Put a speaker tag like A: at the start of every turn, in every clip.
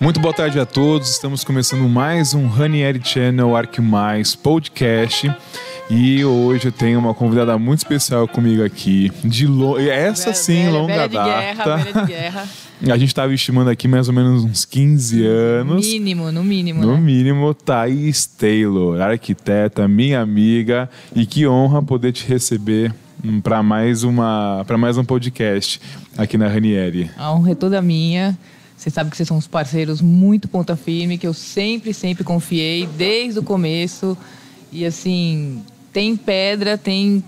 A: Muito boa tarde a todos. Estamos começando mais um Ranieri Channel Arc Mais podcast. E hoje eu tenho uma convidada muito especial comigo aqui. De lo... Essa
B: Velha-
A: sim,
B: velha-
A: longa
B: velha de
A: data.
B: Guerra, velha de guerra.
A: A gente estava estimando aqui mais ou menos uns 15 anos.
B: Mínimo, no mínimo.
A: No
B: né?
A: mínimo, Thaís Taylor, arquiteta, minha amiga, e que honra poder te receber para mais uma para mais um podcast aqui na Ranieri.
B: A honra é toda minha. Você sabe que vocês são uns parceiros muito ponta firme, que eu sempre, sempre confiei, desde o começo. E assim, tem pedra, tem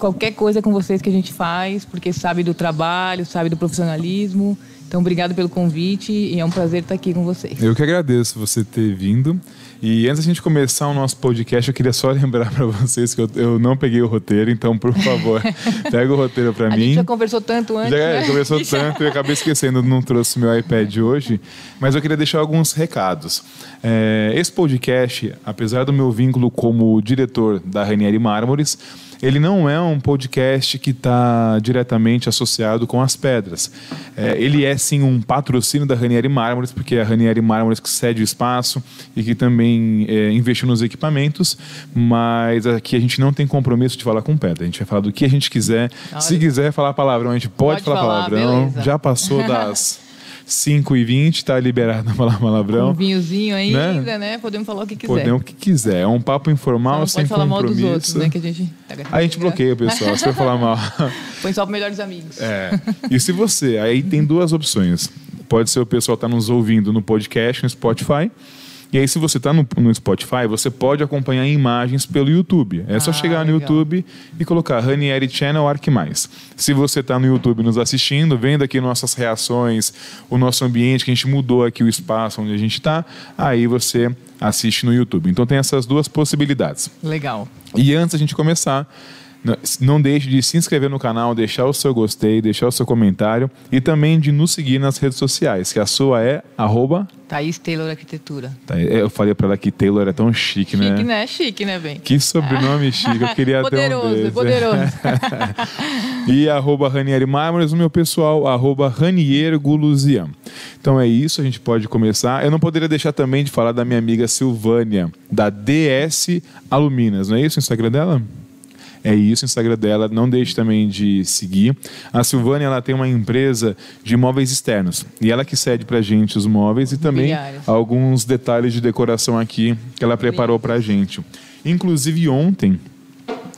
B: qualquer coisa com vocês que a gente faz, porque sabe do trabalho, sabe do profissionalismo. Então, obrigado pelo convite e é um prazer estar aqui com vocês.
A: Eu que agradeço você ter vindo. E antes da gente começar o nosso podcast, eu queria só lembrar para vocês que eu, eu não peguei o roteiro, então, por favor, pega o roteiro para
B: A
A: mim.
B: gente já conversou tanto antes.
A: Já é,
B: né?
A: começou tanto e eu acabei esquecendo, não trouxe meu iPad hoje, mas eu queria deixar alguns recados. É, esse podcast, apesar do meu vínculo como diretor da Ranieri Mármores, ele não é um podcast que está diretamente associado com as pedras. É, ele é sim um patrocínio da Ranieri Mármores, porque é a Ranieri Mármores que cede o espaço e que também é, investiu nos equipamentos, mas aqui a gente não tem compromisso de falar com pedra. A gente vai falar do que a gente quiser.
B: Da hora.
A: Se quiser falar palavrão, a gente pode,
B: Pode
A: falar,
B: falar,
A: palavrão.
B: beleza.
A: Já passou das 5h20, tá liberado falar
B: Um
A: palavrão.
B: vinhozinho ainda,
A: então. Né?
B: né? Podemos falar o que quiser.
A: Podemos o que quiser. É um papo informal,
B: Só não
A: sem
B: pode falar mal dos
A: compromisso.
B: outros, né? Que a gente tá
A: A gente bloqueia, pessoal, se for falar mal.
B: Põe só para melhores amigos.
A: É. E se você, aí tem duas opções. Pode ser o pessoal tá nos ouvindo no podcast, no Spotify. E aí, se você está no, no Spotify, você pode acompanhar imagens pelo YouTube. É só
B: Ah,
A: chegar no
B: legal.
A: YouTube e colocar Ranieri Channel Arc Mais. Se você está no YouTube nos assistindo, vendo aqui nossas reações, o nosso ambiente, que a gente mudou aqui o espaço onde a gente está, aí você assiste no YouTube. Então tem essas duas possibilidades.
B: Legal.
A: E antes da gente começar, n- não deixe de se inscrever no canal, deixar o seu gostei, deixar o seu comentário e também de nos seguir nas redes sociais, que a sua é arroba.
B: Thaís Taylor Arquitetura.
A: tá, Eu falei pra ela que Taylor é tão chique, né?
B: Chique, né? Chique, né, bem?
A: Que sobrenome chique, eu queria ter um
B: poderoso, é
A: desse.
B: poderoso.
A: E arroba Ranieri Mármores, o meu pessoal, arroba Ranier Guluzian. Então é isso, a gente pode começar. Eu não poderia deixar também de falar da minha amiga Silvânia, da DS Aluminas, não é isso o Instagram dela? É isso, o Instagram dela. Não deixe também de seguir. A Silvânia ela tem uma empresa de móveis externos. E ela que cede pra gente os móveis e também
B: Mobiliários.
A: alguns detalhes de decoração aqui que ela preparou pra gente. Inclusive ontem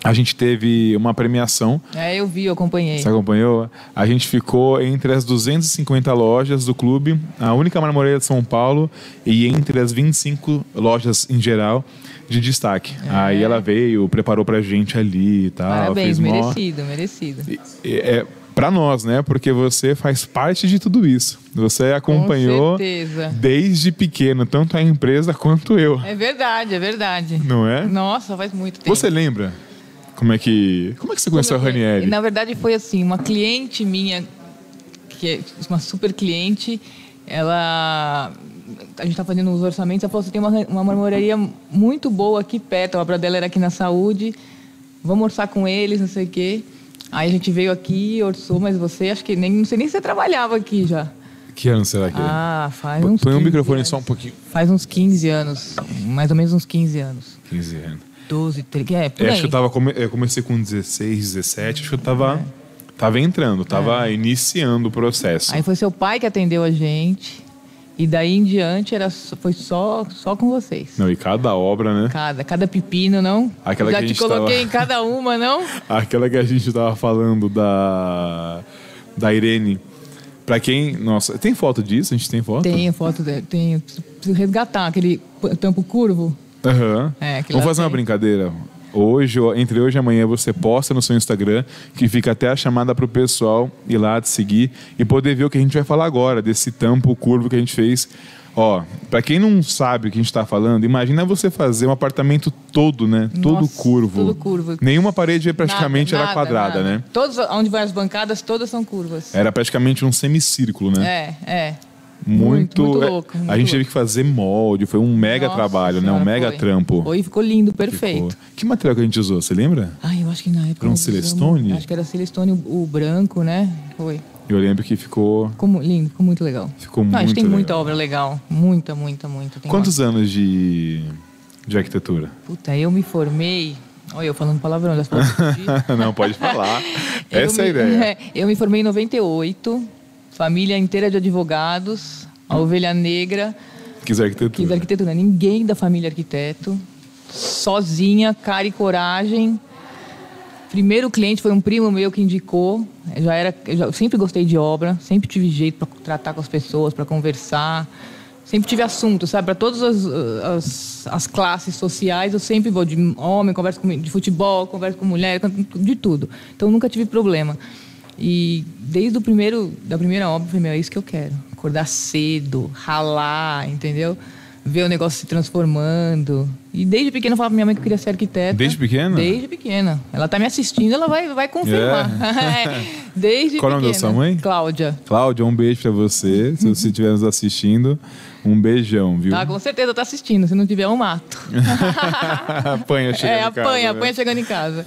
A: a gente teve uma premiação
B: É, eu vi, eu acompanhei.
A: você acompanhou? A gente ficou entre as 250 lojas do clube, a única marmoreira de São Paulo, e entre as 25 lojas em geral de destaque.
B: É.
A: Aí ela veio, preparou pra gente ali e tal.
B: Parabéns,
A: Ah, fez mó-
B: merecido, merecido.
A: E- e- É pra nós, né? Porque você faz parte de tudo isso. Você acompanhou
B: certeza.
A: desde pequeno, tanto a empresa quanto eu,
B: É verdade, é verdade.
A: não é?
B: Nossa, faz muito tempo.
A: Você lembra como é que, como é que você conheceu a Ranieri?
B: Na verdade, foi assim, uma cliente minha, que é uma super cliente, ela... A gente tá fazendo uns orçamentos, ela falou, você tem uma, uma marmoraria muito boa aqui perto, a obra dela era aqui na Saúde, vamos orçar com eles, não sei o quê. Aí a gente veio aqui, orçou, mas você, acho que nem, não sei nem se você trabalhava aqui já.
A: Que ano será que é?
B: Ah, faz uns
A: Põe o
B: 15
A: microfone
B: anos.
A: só um pouquinho.
B: Faz uns 15 anos, mais ou menos uns 15 anos.
A: 15 anos.
B: 12, 13, é, por
A: É,
B: aí.
A: acho que eu tava. come- Eu comecei com 16, 17, acho que eu tava. Tava entrando, tava iniciando o processo.
B: É. Aí foi seu pai que atendeu a gente. E daí em diante era, só- foi só, só com vocês.
A: Não, e cada obra, né?
B: Cada, cada pepino, não?
A: Aquela
B: Já
A: que a
B: te
A: gente
B: coloquei
A: tava-
B: em cada uma, não?
A: Aquela que a gente tava falando da. Da Irene. Pra quem. Nossa, tem foto disso? A gente tem foto?
B: Tenho foto dele, tenho. Preciso resgatar aquele p- tampo curvo.
A: Aham.
B: É, que
A: Vamos
B: lá
A: fazer uma
B: tem.
A: brincadeira. Hoje, ó, entre hoje e amanhã, você posta no seu Instagram, que fica até a chamada pro pessoal ir lá te seguir e poder ver o que a gente vai falar agora, desse tampo curvo que a gente fez. Ó, pra quem não sabe o que a gente tá falando, imagina você fazer um apartamento todo, né? todo
B: Nossa,
A: curvo.
B: todo curvo.
A: Nenhuma parede é praticamente
B: Nada,
A: era
B: nada,
A: quadrada,
B: nada.
A: né?
B: Todos, onde vai as bancadas, todas são curvas.
A: Era praticamente um semicírculo, né?
B: É, é.
A: Muito,
B: muito
A: é,
B: louco, muito
A: a gente teve
B: louco.
A: que fazer molde, foi um mega
B: Nossa
A: trabalho, né? Um
B: senhora,
A: mega
B: foi.
A: trampo.
B: Foi, ficou lindo,
A: Ficou.
B: perfeito.
A: Que material que a gente usou, você lembra?
B: Ai, eu acho que na época.
A: um
B: nós usamos-
A: Celestone?
B: Acho que era Celestone o, o branco, né? Foi.
A: Eu lembro que ficou,
B: Ficou mu- lindo, ficou muito legal.
A: ficou
B: Não,
A: muito
B: a gente tem
A: legal.
B: muita obra legal. Muita, muita, muita. Tem
A: Quantos anos de, de arquitetura?
B: obra- Puta, eu me formei. Olha, eu falando palavrão, já posso pedir?
A: Não, pode falar.
B: Eu
A: Essa é a
B: me-
A: ideia.
B: Eu me formei em 98, família inteira de advogados, a ovelha negra,
A: Quis arquitetura.
B: quis arquitetura, ninguém da família arquiteto, sozinha, cara e coragem. Primeiro cliente foi um primo meu que indicou. Eu já era, eu, já- eu sempre gostei de obra, sempre tive jeito para tratar com as pessoas, para conversar. Sempre tive assunto, sabe? Para todas as, as, as classes sociais, eu sempre vou de homem, converso com, de futebol, converso com mulher, de tudo. Então nunca tive problema. E desde o primeiro, da primeira obra, eu falei, meu, é isso que eu quero. Acordar cedo, ralar, entendeu? Ver o negócio se transformando. E desde pequeno eu falava pra minha mãe que eu queria ser arquiteta.
A: Desde pequena?
B: Desde pequena. Ela tá me assistindo, ela vai, vai confirmar. É. Desde
A: É. Qual é o nome da sua
B: pequena.
A: mãe?
B: Cláudia.
A: Cláudia, um beijo pra você. Se você estiver nos assistindo, um beijão, viu?
B: Uhum. Tá, com certeza tá assistindo. Se não tiver, eu mato.
A: apanha, chega
B: é,
A: em casa,
B: apanha,
A: né?
B: apanha chegando em casa.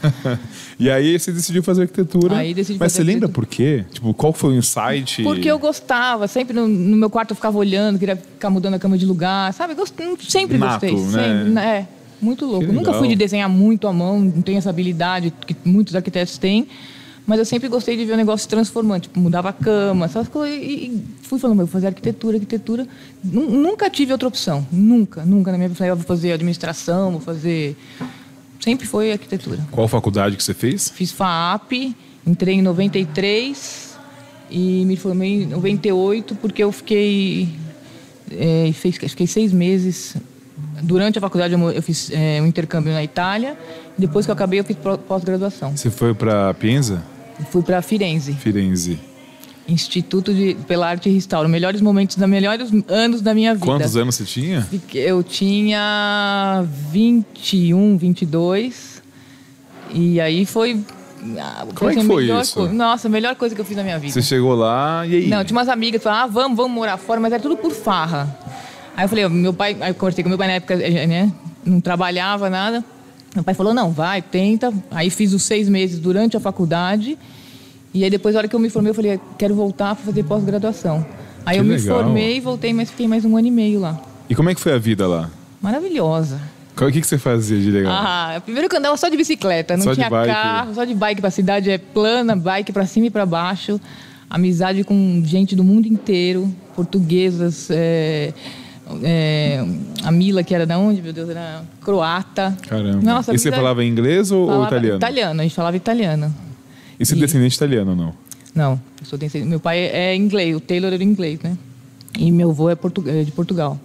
A: E aí você decidiu fazer arquitetura.
B: Aí decidi
A: Mas
B: fazer
A: você lembra
B: arquitetura.
A: por quê? Tipo, qual foi o insight?
B: Porque eu gostava, sempre no, no meu quarto eu ficava olhando, queria ficar mudando a cama de lugar, sabe? Gost- hum, sempre
A: Nato,
B: gostei,
A: né?
B: sempre, né? É, muito louco.
A: Que
B: Nunca
A: legal.
B: fui de desenhar muito à mão, não tenho essa habilidade que muitos arquitetos têm, mas eu sempre gostei de ver o negócio se transformando, tipo, mudava a cama, essas coisas, e, e fui falando, "Meu, vou fazer arquitetura, arquitetura. Nu- nunca tive outra opção, nunca, nunca na minha vida, Eu falei, "Ah, vou fazer administração, vou fazer... Sempre foi arquitetura.
A: Qual faculdade que você fez?
B: Fiz FAAP, entrei em 93 e me formei em 98 porque eu fiquei, é, fez- fiquei seis meses. Durante a faculdade eu mo- eu fiz é, um intercâmbio na Itália. Depois que eu acabei eu fiz pró- pós-graduação.
A: Você foi pra Pienza?
B: Fui para Firenze,
A: Firenze.
B: Instituto de, pela Arte e Restauro. Melhores momentos, da melhores anos da minha vida.
A: Quantos anos você tinha?
B: Fique- Eu tinha 21, 22. E aí foi. ah,
A: Como é
B: a
A: que foi
B: melhor
A: isso?
B: co- Nossa, a melhor coisa que eu fiz na minha vida.
A: Você chegou lá e aí?
B: Não, tinha umas amigas que falavam, ah, vamos, vamos morar fora, mas era tudo por farra. Aí eu falei, ó, meu pai, aí eu conversei com meu pai na época, eh, né? Não trabalhava nada. Meu pai falou, não, vai, tenta. Aí fiz os seis meses durante a faculdade. E aí depois, na hora que eu me formei, eu falei, quero voltar para fazer pós-graduação. Aí
A: Que
B: eu
A: legal.
B: me formei, voltei, mas fiquei mais um ano e meio lá.
A: E como é que foi a vida lá?
B: Maravilhosa.
A: Qual- O que que você fazia de legal?
B: Ah, primeiro que eu andava só de bicicleta, não
A: Só de
B: tinha
A: bike.
B: carro, só de bike pra cidade é plana, bike pra cima e pra baixo. Amizade com gente do mundo inteiro, portuguesas, é, é, a Mila, que era da onde, meu Deus, era croata.
A: Caramba.
B: Nossa,
A: e você
B: amizade-
A: falava inglês ou, ou
B: falava
A: italiano?
B: Italiano, a gente falava italiano.
A: E você é
B: E-
A: descendente italiano ou não?
B: Não, eu sou descendente- meu pai é inglês, o Taylor era inglês, né? E meu avô é, portu- é de Portugal.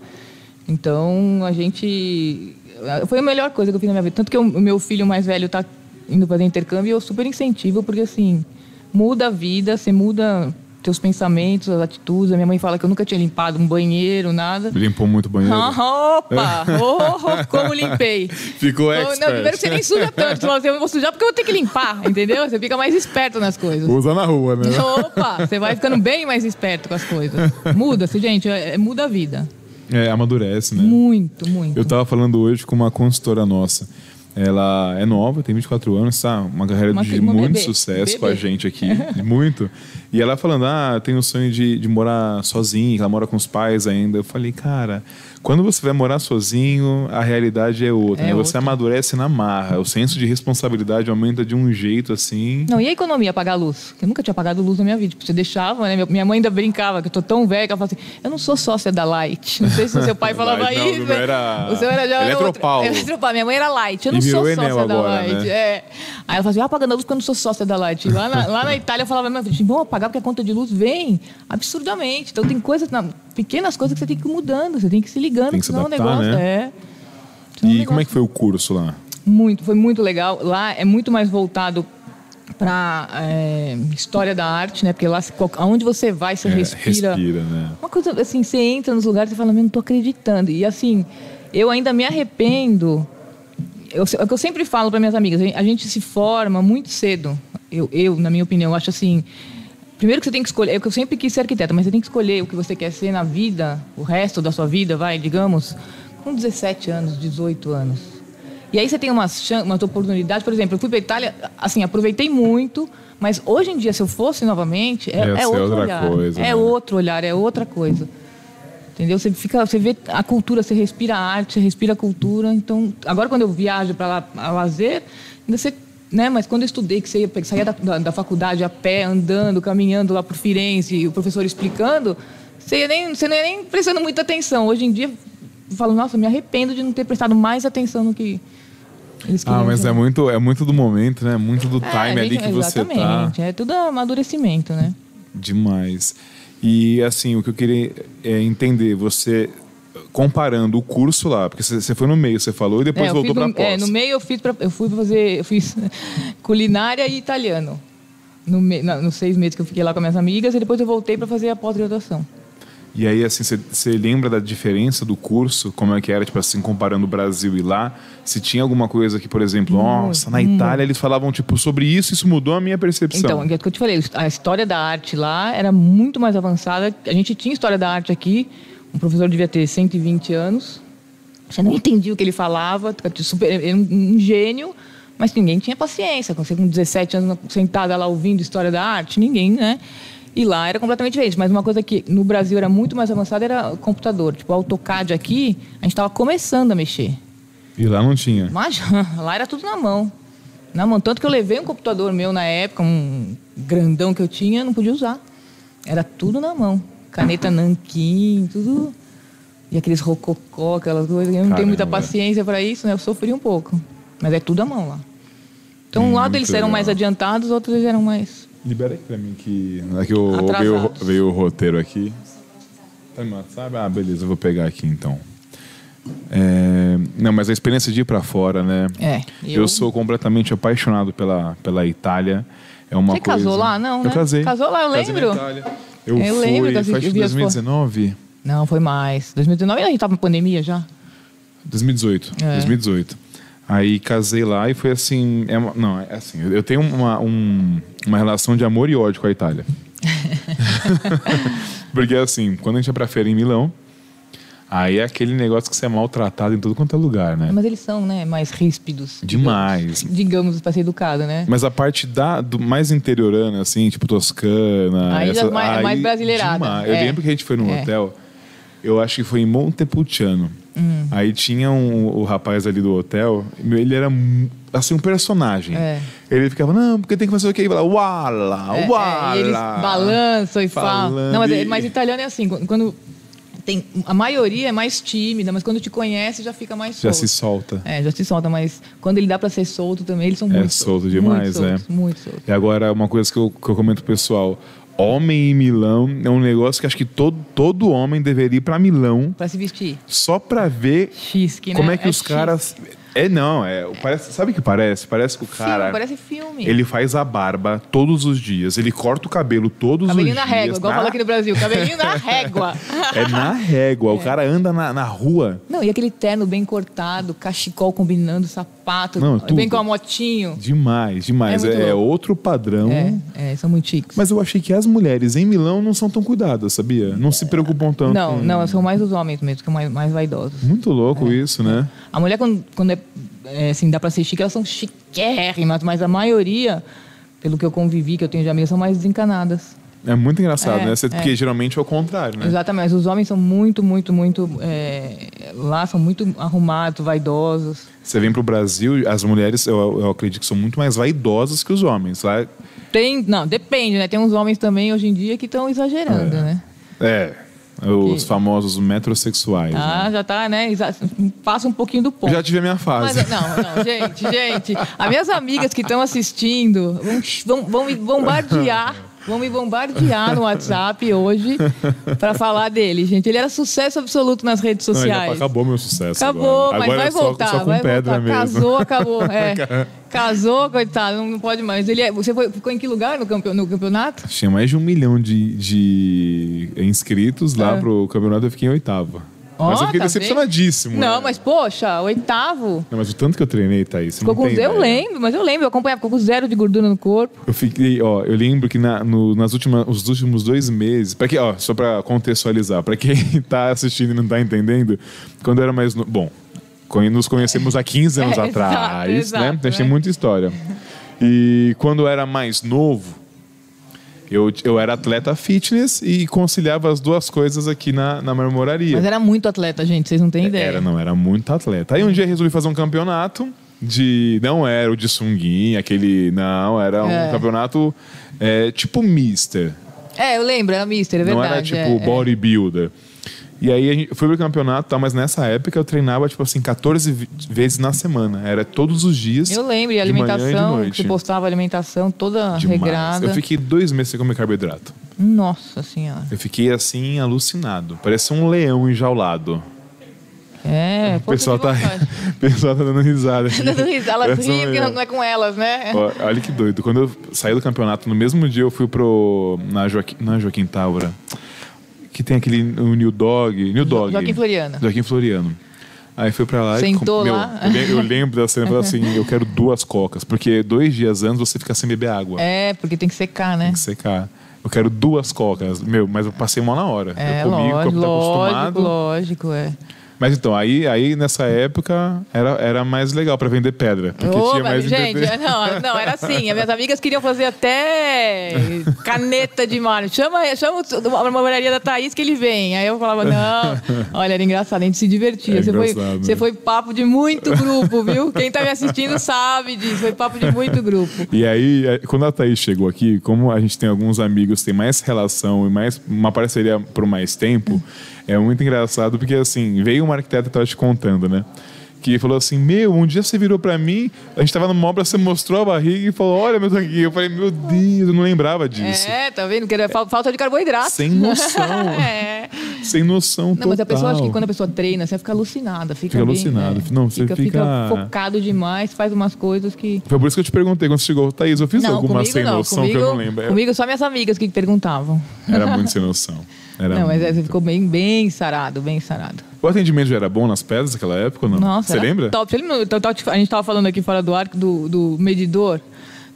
B: Então, a gente... eh, Foi a melhor coisa que eu fiz na minha vida. Tanto que o o meu filho mais velho tá indo fazer intercâmbio e eu super incentivo, porque, assim, muda a vida, você muda teus pensamentos, as atitudes. A minha mãe fala que eu nunca tinha limpado um banheiro, nada.
A: Limpou muito o banheiro?
B: Ah, Opa! Oh, como limpei!
A: Ficou
B: Não,
A: expert.
B: não, primeiro que você nem suja tanto. Você fala assim, eu vou sujar porque eu vou ter que limpar, entendeu? Você fica mais esperto nas coisas.
A: Usa na rua, né?
B: Opa, você vai ficando bem mais esperto com as coisas. Muda-se, gente, é- é- muda a vida.
A: É, amadurece, né?
B: Uhum. Muito, muito.
A: Eu tava falando hoje com uma consultora nossa. Ela é nova, tem 24 anos, tá? Uma carreira
B: Uma
A: de
B: prima
A: muito
B: bebê.
A: sucesso
B: Bebê.
A: com a gente aqui, muito. E ela falando, ah, eu tenho o sonho de, de morar sozinha, que ela mora com os pais ainda. Eu falei, cara, quando você vai morar sozinho, a realidade é outra,
B: É
A: né? Você
B: outra.
A: amadurece na marra, o senso de responsabilidade aumenta de um jeito assim.
B: Não, e a economia, pagar a luz? Que Eu nunca tinha pagado luz na minha vida. Tipo, você deixava, né? Minha- Minha mãe ainda brincava, que eu tô tão velha, que ela falava assim, eu não sou sócia da Light. Não sei se o seu pai falava
A: Light, não,
B: isso. né?
A: o meu era
B: O seu era já era outro.
A: Eletropaulo.
B: É Eletropaulo. Minha mãe era Light, eu não
A: E virou
B: sou
A: Enel
B: sócia da
A: agora,
B: Light.
A: né?
B: É. Aí ela falava assim, ah, pagando a luz porque eu não sou sócia da Light. Lá na, lá na Itália eu falava, mas vamos pagar porque a conta de luz vem absurdamente. Então tem coisas, na- pequenas coisas que você tem que ir mudando, você tem que ir se ligando,
A: Tem que se
B: senão o
A: adaptar, né?
B: negócio é... senão o
A: E
B: negócio
A: como é que foi o curso lá?
B: muito, foi muito legal. Lá é muito mais voltado para história da arte, né? Porque lá, se qual- aonde você vai, você
A: É,
B: respira.
A: respira, né?
B: Uma coisa assim, você entra nos lugares e fala, meu, não tô acreditando. E assim, eu ainda me arrependo. Eu, é o que eu sempre falo para minhas amigas, a gente se forma muito cedo. Eu, eu, na minha opinião, acho assim. Primeiro que você tem que escolher, é o que eu sempre quis ser arquiteta, mas você tem que escolher o que você quer ser na vida, o resto da sua vida, vai, digamos, com 17 anos, 18 anos. E E aí você tem umas, chan- umas oportunidades, por exemplo, eu fui para Itália, assim, aproveitei muito, mas hoje em dia, se eu fosse novamente, é,
A: Ia ser
B: é outro
A: outra
B: olhar.
A: coisa,
B: é
A: né?
B: outro olhar, é outra coisa. Entendeu? Você fica, você vê a cultura, você respira a arte, você respira a cultura. Então, agora quando eu viajo para lá a lazer, ainda você, né, mas quando eu estudei que você ia, saía da, da, da faculdade a pé, andando, caminhando lá por Firenze, e o professor explicando, você ia nem, você não ia nem prestando muita atenção. Hoje em dia, eu falo, nossa, me arrependo de não ter prestado mais atenção no que eles
A: Ah,
B: queriam
A: mas
B: dizer.
A: é muito, é muito do momento, né? Muito do
B: É,
A: time ali
B: gente,
A: que você tá.
B: Exatamente, é tudo amadurecimento, né?
A: Demais. E assim, o que eu queria é entender, você comparando o curso lá, porque você você foi no meio, você falou, e depois
B: É, eu
A: voltou
B: fiz
A: para
B: no,
A: pós.
B: é, no meio eu fiz pra, eu fui fazer, eu fiz culinária e italiano. No me- na- nos seis meses que eu fiquei lá com as minhas amigas e depois eu voltei para fazer a pós-graduação.
A: E aí, assim, você- você lembra da diferença do curso? Como é que era, tipo assim, comparando o Brasil e lá? Se tinha alguma coisa que, por exemplo, nossa, na Itália eles falavam, tipo, sobre isso, isso mudou a minha percepção.
B: Então, é o que eu te falei, a história da arte lá era muito mais avançada. A gente tinha história da arte aqui, um professor devia ter 120 anos, você não entendia o que ele falava, super, era um, um gênio, mas ninguém tinha paciência. Quando você com 17 anos sentada lá ouvindo história da arte, ninguém, né? E lá era completamente diferente. Mas uma coisa que no Brasil era muito mais avançada era o computador. Tipo, o AutoCAD aqui, a gente estava começando a mexer.
A: E lá não tinha.
B: Mas lá era tudo na mão. Na mão. Tanto que eu levei um computador meu na época, um grandão que eu tinha, não podia usar. Era tudo na mão. Caneta nanquim, tudo. E aqueles rococó, aquelas coisas. Eu não tenho muita
A: Caramba.
B: paciência para isso, né? Eu sofri um pouco. Mas é tudo à mão lá. Então, um
A: Hum,
B: lado eles
A: muito
B: eram mais
A: legal.
B: adiantados, outros eles eram mais.
A: Libera aí pra mim que. Aqui eu,
B: Atrasados.
A: veio, o ro- veio o roteiro aqui. Tá me matando, Sabe? Ah, beleza, eu vou pegar aqui então. É, Não, mas a experiência de ir pra fora, né?
B: É,
A: Eu,
B: eu-
A: sou completamente apaixonado pela, pela Itália. É uma
B: Você
A: coisa...
B: casou lá? Não,
A: eu
B: né?
A: casei.
B: Casou lá, eu
A: Casei na
B: lembro.
A: Itália. Eu,
B: Eu
A: fui,
B: lembro que eu
A: foi, acho
B: assisti-
A: que
B: vi as
A: 2019?
B: Não, foi mais. 2019 a gente estava na pandemia já.
A: 2018.
B: É.
A: 2018. Aí casei lá e foi assim. é uma- não, é assim. Eu tenho uma, um- uma relação de amor e ódio com a Itália. Porque assim, quando a gente ia pra feira em Milão, aí é aquele negócio que você é maltratado em todo quanto é lugar, né?
B: Mas eles são, né? Mais ríspidos.
A: Demais.
B: Digamos, para ser educado, né?
A: Mas a parte da, do mais interiorana, assim, tipo Toscana.
B: Aí já é mais- é mais brasileirada.
A: demais. Eu
B: É.
A: lembro que a gente foi num
B: É.
A: hotel, eu acho que foi em Montepulciano.
B: Hum.
A: Aí tinha um- o rapaz ali do hotel, meu, ele era mu- assim, um personagem.
B: É.
A: Ele ficava, não, porque tem que fazer o quê? E falava, uala,
B: É, é,
A: uala.
B: e eles balançam e falam.
A: Falando
B: Não, mas,
A: e-
B: mas italiano é assim, quando- quando tem a maioria é mais tímida, mas quando te conhece já fica mais
A: Já
B: solto.
A: se solta.
B: É, já se solta, mas quando ele dá pra ser solto também, eles são
A: É
B: muito
A: solto
B: soltos,
A: demais,
B: muito
A: né?
B: soltos, Muito soltos.
A: E agora, uma coisa que eu, que eu comento pro pessoal: homem em Milão é um negócio que acho que todo, todo homem deveria ir pra Milão
B: Pra se vestir.
A: só pra ver
B: Chisque, né?
A: Como é que os
B: chisque.
A: caras. É, não, é. Parece, sabe o que parece? Parece que o
B: Filme,
A: cara.
B: parece assim. filme.
A: Ele faz a barba todos os dias, ele corta o cabelo todos
B: Cabelinho
A: os
B: na
A: dias.
B: régua, igual
A: na-
B: fala aqui no Brasil. Cabelinho na régua.
A: É na régua, o cara anda na, na rua.
B: Não, e aquele terno bem cortado, cachecol combinando, sapato,
A: Não,
B: vem
A: tudo.
B: com a motinho.
A: Demais, demais.
B: É muito
A: É, é
B: louco.
A: outro padrão.
B: É, é, são muito chiques.
A: Mas eu achei que as mulheres em Milão não são tão cuidadas, sabia? Não se preocupam tanto.
B: Não, não, são mais os homens mesmo, que são mais, mais vaidosos.
A: Muito
B: É.
A: louco isso, né?
B: A mulher, quando, quando é, é, assim, dá pra ser chique, elas são chiquérrimas, mas a maioria, pelo que eu convivi, que eu tenho de amigas, são mais desencanadas.
A: É muito engraçado,
B: É,
A: né? Você-
B: é.
A: Porque geralmente é o contrário, né?
B: Exatamente. Os homens são muito, muito, muito. é, lá são muito arrumados, vaidosos.
A: Você vem pro Brasil, as mulheres, eu, eu acredito que são muito mais vaidosas que os homens. Lá
B: Tem, não, depende, né? Tem uns homens também hoje em dia que estão exagerando, né?
A: É. Os famosos metrosexuais.
B: Ah,
A: né?
B: já tá, né? exa- Passa um pouquinho do
A: Eu
B: ponto.
A: já tive a minha
B: Mas, é
A: fase.
B: não, não, gente, gente. As minhas amigas que estão assistindo vão, vão, vão me bombardear. Vão me bombardear no WhatsApp hoje para falar dele, gente. Ele era sucesso absoluto nas redes
A: Não, já
B: sociais.
A: acabou meu sucesso.
B: Acabou,
A: agora.
B: mas
A: Agora
B: vai
A: é só,
B: voltar,
A: só com
B: vai
A: pedra
B: voltar.
A: mesmo.
B: Casou, acabou. É. Casou, coitado, não pode mais. Ele é- você foi- ficou em que lugar no, campe- no campeonato?
A: Tinha mais de um milhão de, de inscritos lá
B: É.
A: pro campeonato, eu fiquei em oitavo.
B: Ó,
A: mas eu fiquei
B: tá
A: decepcionadíssimo.
B: Não,
A: né?
B: mas poxa, oitavo.
A: Não, mas o tanto que eu treinei, Thaís. você
B: Ficou
A: não
B: com,
A: tem
B: eu
A: ideia.
B: lembro, mas eu lembro, eu acompanhava, ficou com zero de gordura no corpo.
A: Eu fiquei, ó, eu lembro que na, no- nas últimas, os últimos dois meses, para que, ó, só pra contextualizar, pra quem tá assistindo e não tá entendendo, quando eu era mais no, bom, Quando nos conhecemos há 15 anos
B: É, exato,
A: atrás, né?
B: exato,
A: A gente tem
B: né?
A: muita história. E quando eu era mais novo, eu, eu era atleta fitness e conciliava as duas coisas aqui na, na marmoraria.
B: Mas era muito atleta, gente, vocês não têm ideia.
A: É, Era, não, era muito atleta. Aí um dia resolvi fazer um campeonato de. Não era o de sunguinha, aquele. Não, era um
B: É.
A: campeonato é, tipo mister.
B: É, eu lembro, era mister, é
A: não
B: verdade.
A: era tipo
B: é, é.
A: bodybuilder. E aí a gente- eu fui pro campeonato, tá, mas nessa época eu treinava, tipo assim, 14 vi- vezes na semana. Era todos os dias.
B: Eu lembro, e a
A: de manhã e de
B: alimentação,
A: noite.
B: que você postava a alimentação toda
A: Demais.
B: regrada.
A: Eu fiquei dois meses sem comer carboidrato.
B: Nossa senhora.
A: Eu fiquei assim, alucinado. Parecia um leão enjaulado.
B: É,
A: O pessoal tá, o pessoal tá dando risada. aqui.
B: Elas
A: Parece um
B: riem porque
A: leão.
B: não é com elas, né?
A: Ó, Olha que doido. Quando eu saí do campeonato, no mesmo dia eu fui pro. Na Joaquim, na Joaquim Taura. Que tem aquele o New Dog. New Dog.
B: Joaquim Floriano.
A: Joaquim Floriano. Aí fui pra lá
B: Sentou
A: e. meu,
B: lá.
A: eu lem- Eu lembro da cena e falei assim: eu quero duas cocas. Porque dois dias antes você fica sem beber água.
B: É, porque tem que secar, né?
A: Tem que secar. Eu quero duas cocas. Meu, mas eu passei mal na hora.
B: É,
A: eu comi, o
B: lógico,
A: corpo tá
B: lógico,
A: acostumado.
B: lógico, é.
A: Mas então, aí, aí nessa época era, era mais legal pra vender pedra. Porque
B: Ô,
A: tinha
B: mas,
A: mais
B: gente,
A: entretenimento.
B: não, não, era assim. As minhas amigas queriam fazer até caneta de malho. Chama, chama o- a mamararia da Thaís que ele vem. Aí eu falava, não. Olha, era engraçado, a gente se divertia.
A: É
B: você, foi,
A: engraçado, né?
B: você foi papo de muito grupo, viu? Quem tá me assistindo sabe disso. Foi papo de muito grupo.
A: E aí, eh, quando a Thaís chegou aqui, como a gente tem alguns amigos, tem mais relação e mais uma parceria por mais tempo, é muito engraçado porque assim, veio uma arquiteta que tava te contando, né? Que falou assim: Meu, um dia você virou pra mim, a gente tava numa obra, você mostrou a barriga e falou: Olha meu tanquinho. Eu falei: Meu Deus, eu não lembrava disso.
B: É, tá vendo? Que era fal- falta de carboidrato.
A: Sem noção.
B: é.
A: Sem noção
B: Não,
A: total.
B: mas a pessoa acha que quando a pessoa treina, você fica alucinada. Fica,
A: Fica
B: bem,
A: alucinado.
B: é,
A: Não, você fica-
B: focado demais, faz umas coisas que.
A: Foi por isso que eu te perguntei quando você chegou, Thaís, eu fiz alguma sem noção que eu não lembro. É,
B: Comigo só minhas amigas que perguntavam.
A: Era muito sem noção. Era
B: não, mas é,
A: muito.
B: você ficou bem, bem sarado, bem sarado.
A: O atendimento já era bom nas pedras naquela época ou não?
B: Nossa,
A: você
B: era
A: lembra?
B: Top. Você lembra? Eu tava te- A gente tava falando aqui fora do ar do, do medidor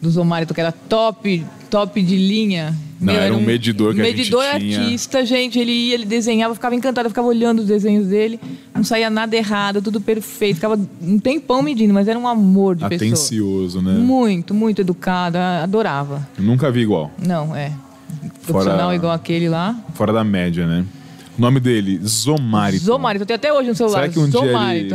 B: do Zomárito, que era top, top de linha.
A: Não, era um medidor que a gente
B: medidor
A: tinha.
B: artista, gente. Ele ia, ele desenhava, eu ficava encantada, eu ficava olhando os desenhos dele. Não saía nada errado, tudo perfeito. Ficava um tempão medindo, mas era um amor de pessoa.
A: Atencioso, né?
B: Muito, muito educada, adorava.
A: Eu Nunca vi igual.
B: Não, é. Profissional igual aquele lá.
A: Fora da média, né? O nome dele, Zomárito.
B: Zomarito, tem até hoje no celular.
A: Será que um dia
B: Zomarito.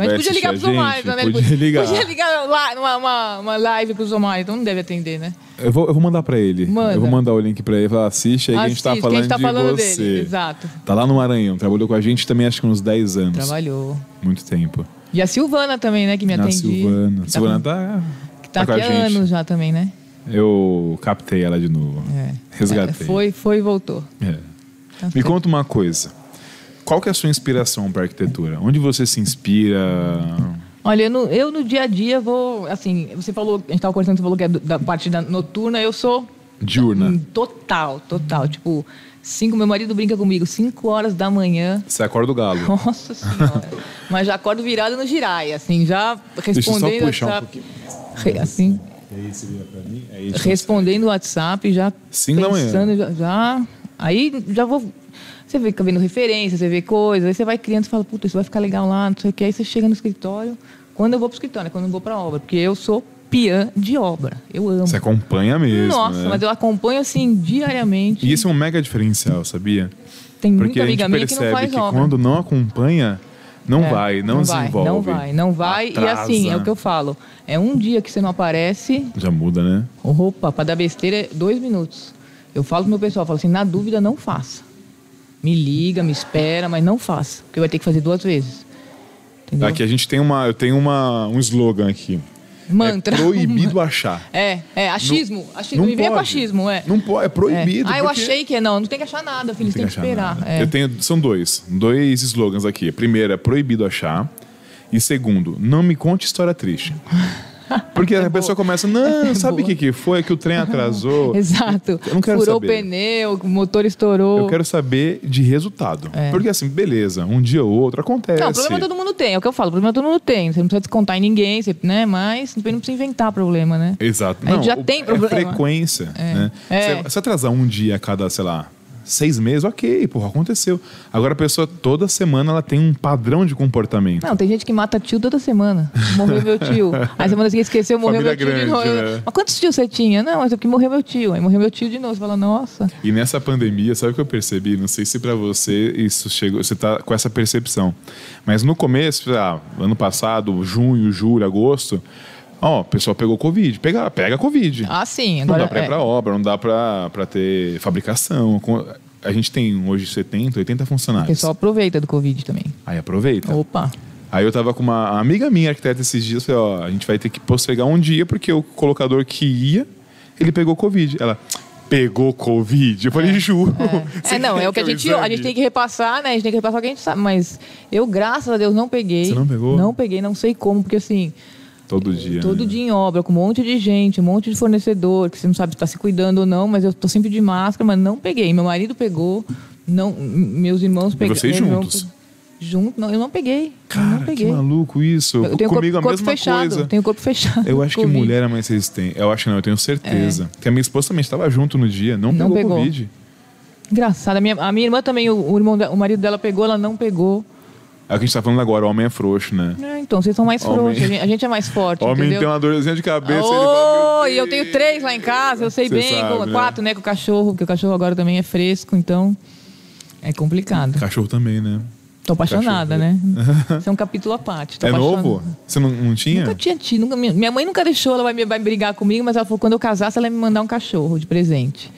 A: ele
B: a
A: vai
B: gente podia ligar pro
A: assistir a
B: Zomarito,
A: gente?
B: né? Ele
A: Podia ligar.
B: Podia ligar lá numa uma, uma live pro Zomarito. Não deve atender, né?
A: Eu vou, eu vou mandar pra ele.
B: Manda.
A: Eu vou mandar o link pra ele. Falar, assiste aí que a gente tá
B: Assiste, que
A: falando,
B: a gente tá falando
A: de
B: dele.
A: você.
B: Exato.
A: Tá lá no Maranhão. Trabalhou com a gente também acho que uns 10 anos.
B: Trabalhou.
A: Muito tempo.
B: E a Silvana também, né? Que me
A: Na
B: atendia.
A: Silvana.
B: Que tá,
A: Silvana tá,
B: que tá
A: com
B: aqui
A: a
B: há
A: gente.
B: anos já também, né?
A: Eu captei ela de novo.
B: É.
A: Resgatei.
B: É, Foi, foi e voltou.
A: É.
B: Tá
A: Me
B: certo.
A: conta uma coisa. Qual que é a sua inspiração para arquitetura? Onde você se inspira?
B: Olha, eu no, eu no dia a dia vou. Assim, você falou, a gente tava conversando, você falou que é do- da parte da noturna, eu sou
A: Diurna.
B: hum, total, total. Tipo, cinco, meu marido brinca comigo, cinco horas da manhã.
A: Você acorda o galo.
B: Nossa senhora. Mas já acordo virado no girai, assim, já
A: Deixa eu
B: respondendo.
A: só puxar um
B: WhatsApp,
A: pouquinho.
B: re- assim, respondendo o WhatsApp, já
A: Cinco da manhã.
B: pensando, já, já- Aí já vou. Você fica vendo referência, você vê coisas, aí você vai criando, você fala, puta, isso vai ficar legal lá, não sei o que. Aí você chega no escritório. Quando eu vou pro escritório, é quando eu vou pra obra, porque eu sou piã de obra. Eu amo.
A: Você acompanha mesmo.
B: Nossa,
A: é né?
B: mas eu acompanho assim diariamente.
A: E isso é um mega diferencial, sabia?
B: Tem
A: Porque
B: muita
A: a gente
B: amiga minha que não
A: percebe
B: faz
A: que,
B: obra.
A: quando não acompanha, não
B: É,
A: vai, não, desenvolve.
B: Não vai, não vai. E
A: atrasa.
B: assim, é o que eu falo. É um dia que você não aparece,
A: Já muda, né?
B: opa, para dar besteira é dois minutos. Eu falo pro meu pessoal, falo assim, na dúvida não faça. Me liga, me espera, mas não faça. Porque vai ter que fazer duas vezes. Entendeu?
A: Aqui a gente tem uma, eu tenho uma, um slogan aqui.
B: Mantra.
A: É proibido achar.
B: É, é, achismo. achismo.
A: não
B: me vem com
A: pode.
B: achismo, é.
A: Não pode, é proibido.
B: É. Ah, eu
A: porque-
B: achei que é. Não, não tem que achar nada, filho. Você tem que
A: achar
B: esperar.
A: nada.
B: É.
A: Eu tenho, são dois, dois slogans aqui. Primeiro é proibido achar. E segundo, não me conte história triste. Porque
B: É
A: a pessoa começa, não, sabe o que, que foi? Que o trem atrasou.
B: Exato.
A: Eu não quero
B: Furou
A: saber.
B: o pneu, o motor estourou.
A: Eu quero saber de resultado.
B: É.
A: Porque assim, beleza, um dia ou outro acontece.
B: Não, problema todo mundo tem, é o que eu falo, problema todo mundo tem. Você não precisa descontar em ninguém, você, né? Mas também não precisa inventar problema, né?
A: Exato.
B: A gente
A: Não,
B: já
A: o-
B: tem
A: é
B: problema.
A: frequência, né?
B: É.
A: Se, se atrasar um dia a cada, sei lá, seis meses, ok, porra, aconteceu. Agora a pessoa, toda semana, ela tem um padrão de comportamento.
B: Não, tem gente que mata tio toda semana. Morreu meu tio. Aí semana seguinte esqueceu, morreu
A: Família
B: meu tio de
A: grande,
B: novo.
A: né?
B: Mas quantos tios você tinha? Não, mas é porque morreu meu tio. Aí morreu meu tio de novo. Você fala, nossa.
A: E nessa pandemia, sabe o que eu percebi? Não sei se para você isso chegou, você tá com essa percepção. Mas no começo, ah, ano passado, junho, julho, agosto, ó, o pessoal pegou Covid. Pega, pega Covid.
B: Ah, sim.
A: não
B: Agora,
A: dá para ir
B: é.
A: para obra, não dá para ter fabricação. Com- A gente tem hoje 70, 80
B: O
A: funcionários.
B: pessoal aproveita do Covid também.
A: Aí aproveita.
B: Opa.
A: Aí eu tava com uma amiga minha, arquiteta, esses dias, falei, ó, a gente vai ter que postergar um dia, porque o colocador que ia, ele pegou Covid. Ela, pegou Covid? Eu falei, juro.
B: É, não, é o que a gente, a gente tem que repassar, né? A gente tem que repassar o que a gente sabe. Mas eu, graças a Deus, não peguei.
A: Você não pegou?
B: Não peguei, não sei como, porque assim,
A: Todo dia.
B: todo
A: né?
B: dia em obra, com um monte de gente, um monte de fornecedor, que você não sabe se tá se cuidando ou não, mas eu tô sempre de máscara, mas não peguei. Meu marido pegou, não, m- meus irmãos pegaram.
A: vocês
B: meu irmão
A: juntos?
B: pegou. Junto, não, eu não peguei. eu
A: Cara,
B: não
A: que
B: peguei.
A: maluco isso.
B: Eu tenho
A: Comigo
B: corpo,
A: a
B: corpo
A: mesma
B: fechado,
A: coisa.
B: Tenho corpo fechado.
A: Eu acho que
B: Covid. É.
A: mulher é mais resistente. Eu acho não, eu tenho certeza. Porque a minha esposa também estava junto no dia, não,
B: Não
A: pegou,
B: pegou.
A: Covid.
B: Engraçado. A minha, a minha irmã também, o, o irmão, da- o marido dela pegou, ela não pegou.
A: É o que a gente tá falando agora, o homem é frouxo, né?
B: É, então, vocês são mais
A: Homem.
B: frouxos. A gente- a gente é mais forte.
A: Homem
B: entendeu?
A: tem uma dorzinha de cabeça, ele fala,
B: Oh,
A: "Meu
B: e eu tenho
A: Deus".
B: três lá em casa, eu sei
A: Cê
B: bem,
A: sabe,
B: com-
A: né?
B: quatro, né, com o cachorro, porque o cachorro agora também é fresco, então é complicado.
A: Cachorro também, né?
B: Tô apaixonada,
A: Cachorro.
B: né? Isso é um capítulo à parte. tô
A: é
B: apaixonada.
A: novo? Você não, não tinha?
B: Nunca tinha tido. nunca- minha, minha mãe nunca deixou, ela vai, me- vai brigar comigo, mas ela falou, quando eu casasse, ela ia me mandar um cachorro de presente.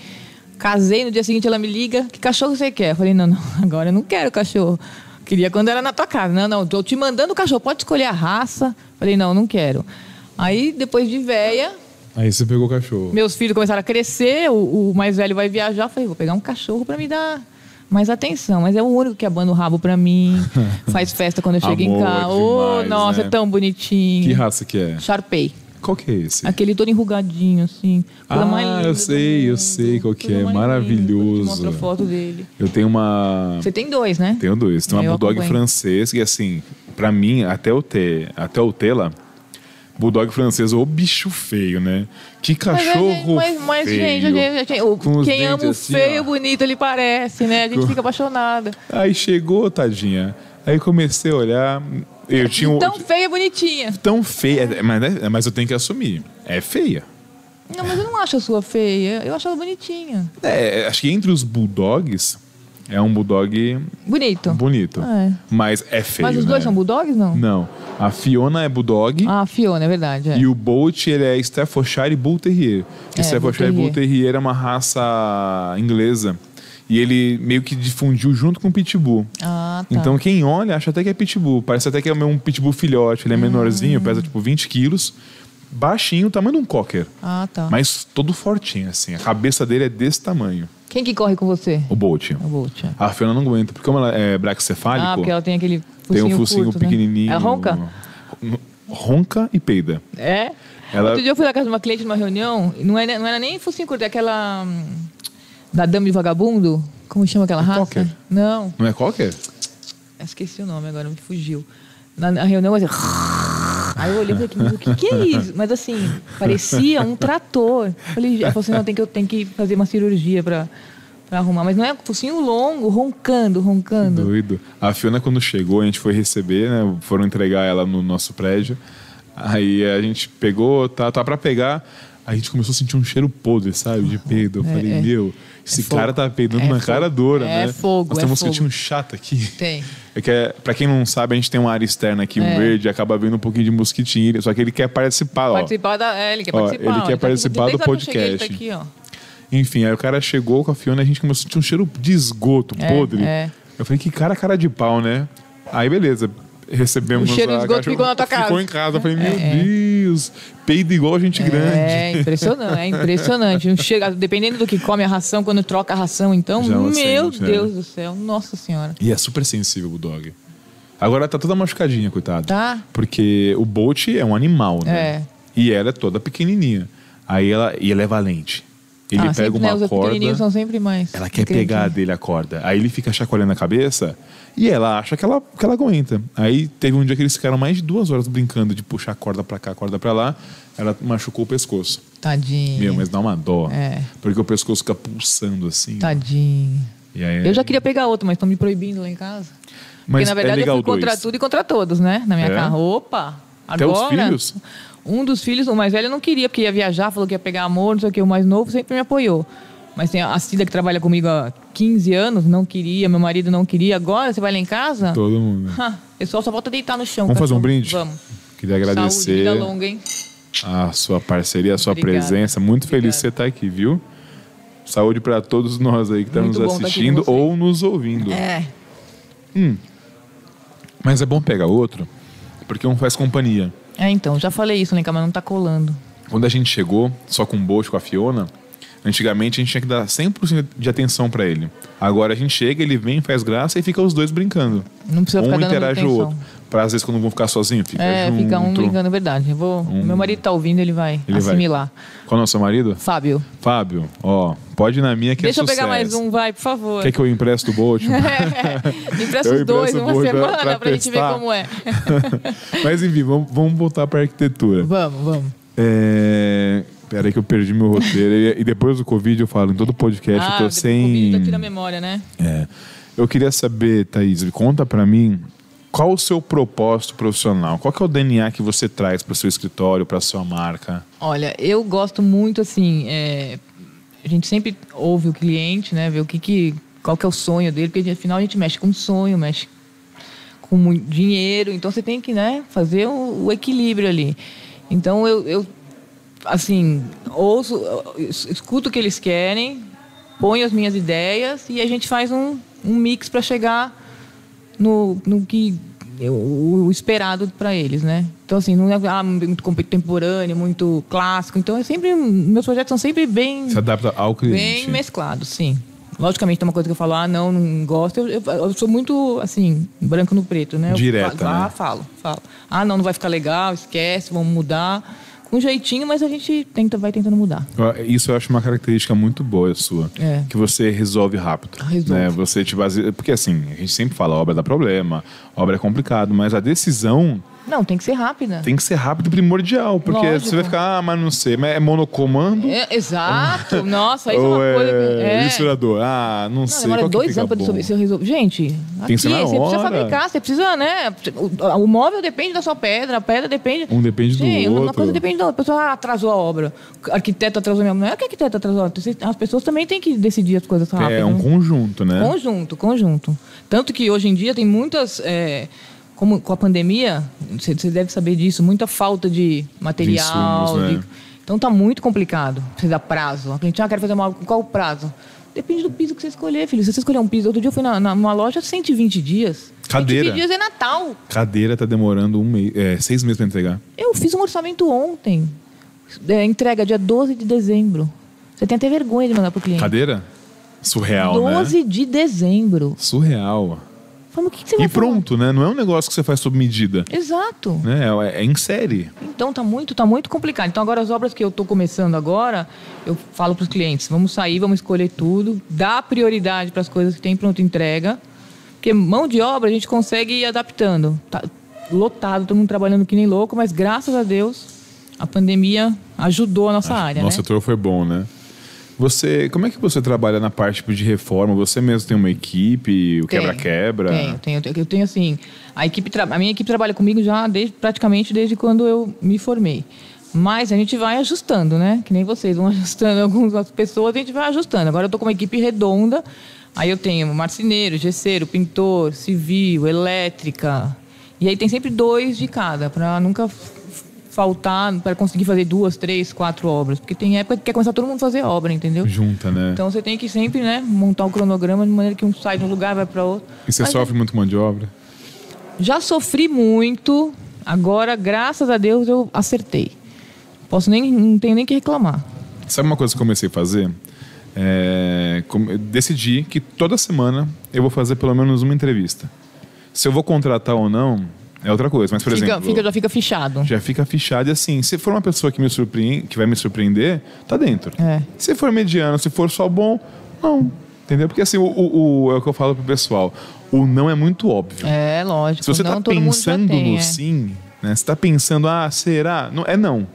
B: Casei, no dia seguinte ela me liga, que cachorro você quer? Eu falei, não, não, agora eu não quero cachorro. Queria quando era na tua casa. Não, não, tô te mandando o cachorro, pode escolher a raça. Falei, não, não quero. Aí, depois de véia,
A: Aí você pegou o cachorro.
B: meus filhos começaram a crescer, o, o mais velho vai viajar. eu Falei, vou pegar um cachorro para me dar mais atenção. Mas é o único que abana o rabo para mim, faz festa quando eu chego em
A: Amor
B: casa.
A: demais,
B: oh, nossa,
A: né?
B: é tão
A: Que
B: bonitinho.
A: raça que é?
B: Sharpei.
A: Qual que é esse?
B: Aquele todo enrugadinho, assim. Coisa
A: Ah,
B: mais linda
A: eu
B: do
A: sei, eu
B: mundo.
A: sei qual que
B: Coisa
A: é,
B: mais
A: maravilhoso.
B: linda. Mostra a foto dele.
A: Eu tenho uma.
B: Você tem dois, né?
A: Tenho dois. Tem uma
B: Eu
A: Bulldog
B: acompanho.
A: francês, que assim, pra mim, até eu ter, até eu tê-la, Bulldog francês, ô bicho feio, né? Que
B: Mas, é
A: cachorro.
B: mas, mas
A: feio.
B: gente, gente, gente, o-
A: Com os
B: quem
A: dentes
B: ama o
A: assim,
B: feio
A: ó.
B: bonito, ele parece, né? A gente
A: Com-
B: fica apaixonada.
A: Aí chegou, tadinha. Aí comecei a olhar. Eu tinha um.
B: Tão feia, bonitinha.
A: Tão feia. é, Mas, né, mas eu tenho que assumir. É feia.
B: Não, mas eu não acho a sua feia. Eu acho ela bonitinha.
A: É, acho que entre os Bulldogs, é um Bulldog
B: Bonito.
A: bonito.
B: É.
A: Mas é feio.
B: mas os dois
A: né?
B: são bulldogs, não?
A: Não. A Fiona é Bulldog
B: Ah, a Fiona, é verdade. é.
A: e o Bolt ele é Staffordshire Bull Terrier.
B: É,
A: Staffordshire
B: Bull
A: Bull Terrier é uma raça inglesa. E ele meio que difundiu junto com o Pitbull.
B: Ah, tá.
A: Então quem olha acha até que é Pitbull. Parece até que é um Pitbull filhote.
B: Ah.
A: Ele é menorzinho, pesa tipo 20 quilos. Baixinho, tamanho de um cocker.
B: Ah, tá.
A: Mas todo fortinho, assim. A cabeça dele é desse tamanho.
B: Quem que corre com você?
A: O Bolt.
B: A Bolt. é.
A: A Fiona não aguenta, porque como ela é
B: Ah,
A: braxcefálico,
B: porque ela tem aquele
A: tem
B: focinho
A: um focinho
B: curto, né?
A: pequenininho.
B: Ela ronca?
A: Ronca e peida.
B: É?
A: Ela-
B: Outro dia eu fui na casa de uma cliente numa reunião, e não era, não era nem focinho curto, é aquela. hum, Da Dama de Vagabundo? Como chama aquela raça?
A: cocker.
B: Não,
A: Não é qualquer?
B: eu Ah, esqueci o nome agora, me fugiu. Na, na reunião, assim. Aí eu olhei e falei, "Mas o que, que é isso? Mas assim, parecia um trator. Falei, ela falou assim: não, tem que, eu tenho que fazer uma cirurgia pra, pra arrumar. Mas não é focinho longo, roncando, roncando.
A: Doido. A Fiona, quando chegou, a gente foi receber, né? Foram entregar ela no nosso prédio. Aí a gente pegou, tá, tá pra pegar. Aí a gente começou a sentir um cheiro podre, sabe? De peido. Eu falei,
B: é.
A: meu, esse
B: fogo.
A: cara tá peidando
B: É
A: na
B: fogo.
A: cara dura,
B: É
A: né?
B: fogo,
A: Nós
B: é
A: temos um
B: fogo.
A: cantinho chato aqui.
B: Tem.
A: É que, é- pra quem não sabe, a gente tem uma área externa aqui, um
B: É.
A: verde, acaba vendo um pouquinho de mosquitinho. Só que ele quer participar, ó.
B: Participar da. É, ele quer
A: Ó,
B: participar.
A: ele quer
B: tá aqui-
A: participar
B: desde
A: do
B: a hora que eu cheguei, ele
A: podcast.
B: tá aqui, ó.
A: Enfim, aí o cara chegou com a Fiona e a gente começou a sentir um cheiro de esgoto,
B: É,
A: podre.
B: é.
A: Eu falei, que cara, cara de pau, né? Aí, beleza. Recebemos
B: O cheiro de
A: a
B: esgoto
A: cachorra-
B: ficou na tua
A: Ficou
B: casa.
A: em casa. Eu falei, meu Deus, peido igual gente
B: É
A: grande.
B: impressionante, é impressionante. Não chega, dependendo do que come a ração, quando troca a ração, então,
A: Já
B: meu
A: você sente, né?
B: Deus do céu, nossa senhora.
A: E é super sensível o dog. Agora tá toda machucadinha, coitado.
B: Tá.
A: Porque o Bolt é um animal, né?
B: É.
A: E ela é toda pequenininha. Aí ela, e ela é valente. Ele
B: Ah,
A: pega
B: sempre, né,
A: uma
B: Os
A: corda.
B: pequenininhos são sempre mais.
A: Ela quer
B: incríveis.
A: pegar dele a corda. Aí ele fica chacoalhando a cabeça e ela acha que ela, que ela aguenta. Aí teve um dia que eles ficaram mais de duas horas brincando de puxar a corda pra cá, a corda pra lá. Ela machucou o pescoço.
B: Tadinho.
A: Meu, mas dá uma dó.
B: É.
A: Porque o pescoço fica pulsando assim.
B: Tadinho.
A: E aí- é
B: Eu já queria pegar outro, mas estão me proibindo lá em casa. Porque,
A: Mas
B: na
A: é
B: verdade,
A: legal
B: eu fui contra
A: dois.
B: tudo e contra todos, né? Na minha
A: É?
B: casa. Opa!
A: Até
B: Agora,
A: os filhos?
B: Um dos filhos, o mais velho, não queria, porque ia viajar, falou que ia pegar amor, não sei o que. O mais novo sempre me apoiou. Mas tem a Cida, que trabalha comigo há 15 anos, não queria, meu marido não queria. Agora, você vai lá em casa?
A: Todo mundo.
B: Ha, o pessoal só volta deitar no chão.
A: Vamos fazer um
B: cachorro.
A: brinde?
B: Vamos.
A: Queria
B: Saúde,
A: agradecer
B: vida longa, hein?
A: a sua parceria, a sua
B: Obrigada.
A: presença. Muito feliz que
B: Obrigada.
A: você estar aqui, viu? Saúde para todos nós aí que
B: Muito
A: estamos
B: bom estar aqui
A: assistindo
B: com vocês.
A: ou nos ouvindo.
B: É.
A: Mas é bom pegar outro, porque um faz companhia.
B: É, então, já falei isso, Lenca, mas não tá colando.
A: Quando a gente chegou, só com o Bocho, com a Fiona, antigamente a gente tinha que dar 100% de atenção para ele. Agora a gente chega, ele vem, faz graça e fica os dois brincando.
B: Não precisa
A: um
B: ficar dando
A: interage o
B: atenção.
A: outro. Pra às vezes quando vão ficar sozinho, fica
B: É,
A: junto. Um
B: fica um brincando, é verdade. Eu vou, Meu marido tá ouvindo, ele vai
A: Ele vai.
B: assimilar.
A: Qual é o seu marido?
B: Fábio,
A: Fábio, ó, pode ir na minha que
B: deixa
A: é
B: eu
A: sucesso.
B: pegar mais um, vai, por favor.
A: Quer que eu empresto o Bolt?
B: Me empresta
A: Eu
B: os dois,
A: empresto
B: uma
A: dois né? pra-
B: semana, pra,
A: pra
B: gente ver
A: testar.
B: como é.
A: Mas enfim, vamos, vamos voltar pra arquitetura.
B: vamos, vamos.
A: É... Peraí que eu perdi meu roteiro. E- E depois do Covid eu falo em todo podcast, eu tô
B: Ah, depois do
A: sem...
B: Covid, já tira a memória, né?
A: É. Eu queria saber, Thaís, conta pra mim qual o seu propósito profissional? Qual que é o DNA que você traz pro seu escritório, pra sua marca?
B: Olha, eu gosto muito assim. é, a gente sempre ouve o cliente, né? Ver o que, que qual que é o sonho dele, porque afinal a gente mexe com um sonho, mexe com mui- dinheiro, então você tem que, né? Fazer o, o equilíbrio ali. Então eu, eu, assim ouço, es- escuto o que eles querem, ponho as minhas ideias e a gente faz um, um mix para chegar no, no que eu- o, o esperado para eles, né? Então assim, não é ah, muito contemporâneo, muito clássico. Então é sempre meus projetos são sempre bem
A: Se adapta ao cliente.
B: Bem mesclado, sim. Logicamente, tem uma coisa que eu falo, ah, não, não gosto. Eu, eu- eu sou muito, assim, branco no preto, né? Eu
A: Direta,
B: falo, Ah,
A: né?
B: falo, falo. Ah, não, não vai ficar legal, esquece, vamos mudar. Com jeitinho, mas a gente tenta, vai tentando mudar.
A: Eu- Isso eu acho uma característica muito boa sua.
B: É.
A: Que você resolve rápido.
B: Resolve.
A: Né? Você te baseia. Porque assim, a gente sempre fala, obra dá problema, obra é complicado, mas a decisão
B: Não, tem que ser rápida.
A: tem que ser rápido e primordial. Porque
B: Lógico.
A: você vai ficar, ah, mas não sei, mas é monocomando.
B: É, exato, nossa, isso é
A: Ou
B: uma
A: é,
B: coisa. que- É.
A: misturador? Ah, não,
B: Não,
A: sei.
B: demora
A: qual que
B: dois
A: fica
B: anos para
A: bom?
B: resolver. se eu resolvo- Gente,
A: que
B: aqui,
A: ser
B: você
A: na
B: precisa
A: hora.
B: fabricar, você precisa, né? O, o móvel depende da sua pedra, a pedra depende.
A: Um depende do
B: Sim, uma
A: outro.
B: coisa depende da outra. A pessoa ah, atrasou a obra, o arquiteto atrasou a minha obra. Não é que o arquiteto atrasou a obra. Vocês- As pessoas também têm que decidir as coisas rápido.
A: É um
B: né?
A: conjunto, né?
B: Conjunto, conjunto. Tanto que hoje em dia tem muitas. é, como com a pandemia, você você deve saber disso, muita falta de material.
A: De insumos, né?
B: Então tá muito complicado. Precisa dar prazo. A cliente, ah, quero fazer uma com qual o prazo? Depende do piso que você escolher, filho. Se você escolher um piso, outro dia eu fui na, na- numa loja 120 dias.
A: Cadeira.
B: 120 dias é Natal.
A: Cadeira tá demorando um mês, é, seis meses pra entregar.
B: Eu fiz um orçamento ontem. É, entrega dia 12 de dezembro. Você tem até vergonha de mandar pro cliente.
A: Cadeira? Surreal, né?
B: 12 de dezembro.
A: Surreal.
B: Fala, o que, que você
A: E
B: vai falar?
A: pronto, né? Não é um negócio que você faz sob medida.
B: Exato.
A: Né? É, é em série.
B: Então tá muito, tá muito complicado. Então agora as obras que eu estou começando agora, eu falo para os clientes, vamos sair, vamos escolher tudo, dá prioridade para as coisas que tem pronta entrega, porque mão de obra a gente consegue ir adaptando. Tá lotado, todo mundo trabalhando que nem louco, mas graças a Deus a pandemia ajudou a nossa área,
A: Nosso
B: né?
A: setor foi bom, né? Você, como é que você trabalha na parte tipo, de reforma? Você mesmo tem uma equipe, o
B: Tenho,
A: quebra-quebra?
B: Tenho, tenho, tenho. Eu tenho assim, a equipe tra- a minha equipe trabalha comigo já desde, praticamente desde quando eu me formei. Mas a gente vai ajustando, né? Que nem vocês vão ajustando algumas pessoas, a gente vai ajustando. Agora eu tô com uma equipe redonda. Aí eu tenho marceneiro, gesseiro, pintor, civil, elétrica. E aí tem sempre dois de cada, para nunca f- faltar, para conseguir fazer duas, três, quatro obras. Porque tem época que quer começar todo mundo a fazer obra, entendeu?
A: Junta, né?
B: Então você tem que sempre, né, montar um cronograma de maneira que um sai de um lugar vai para outro.
A: e você
B: Mas é
A: sofre muito mão de obra?
B: Já sofri muito, agora graças a Deus eu acertei. Posso nem não tenho nem que reclamar.
A: Sabe uma coisa que eu comecei a fazer? É, com- eu decidi que toda semana eu vou fazer pelo menos uma entrevista. Se eu vou contratar ou não, é outra coisa. Mas, por
B: Fica,
A: exemplo,
B: fica- já fica fechado.
A: já fica fichado e assim, se for uma pessoa que me surpreende, que vai me surpreender, tá dentro.
B: É.
A: Se for mediano, se for só bom, não. Entendeu? Porque assim, o, o- o- é o que eu falo pro pessoal. O não é muito óbvio.
B: É, lógico.
A: Se você
B: não,
A: tá
B: todo mundo já é.
A: pensando
B: tem,
A: no
B: é.
A: sim, né? Você tá pensando, ah, será? Não, é não.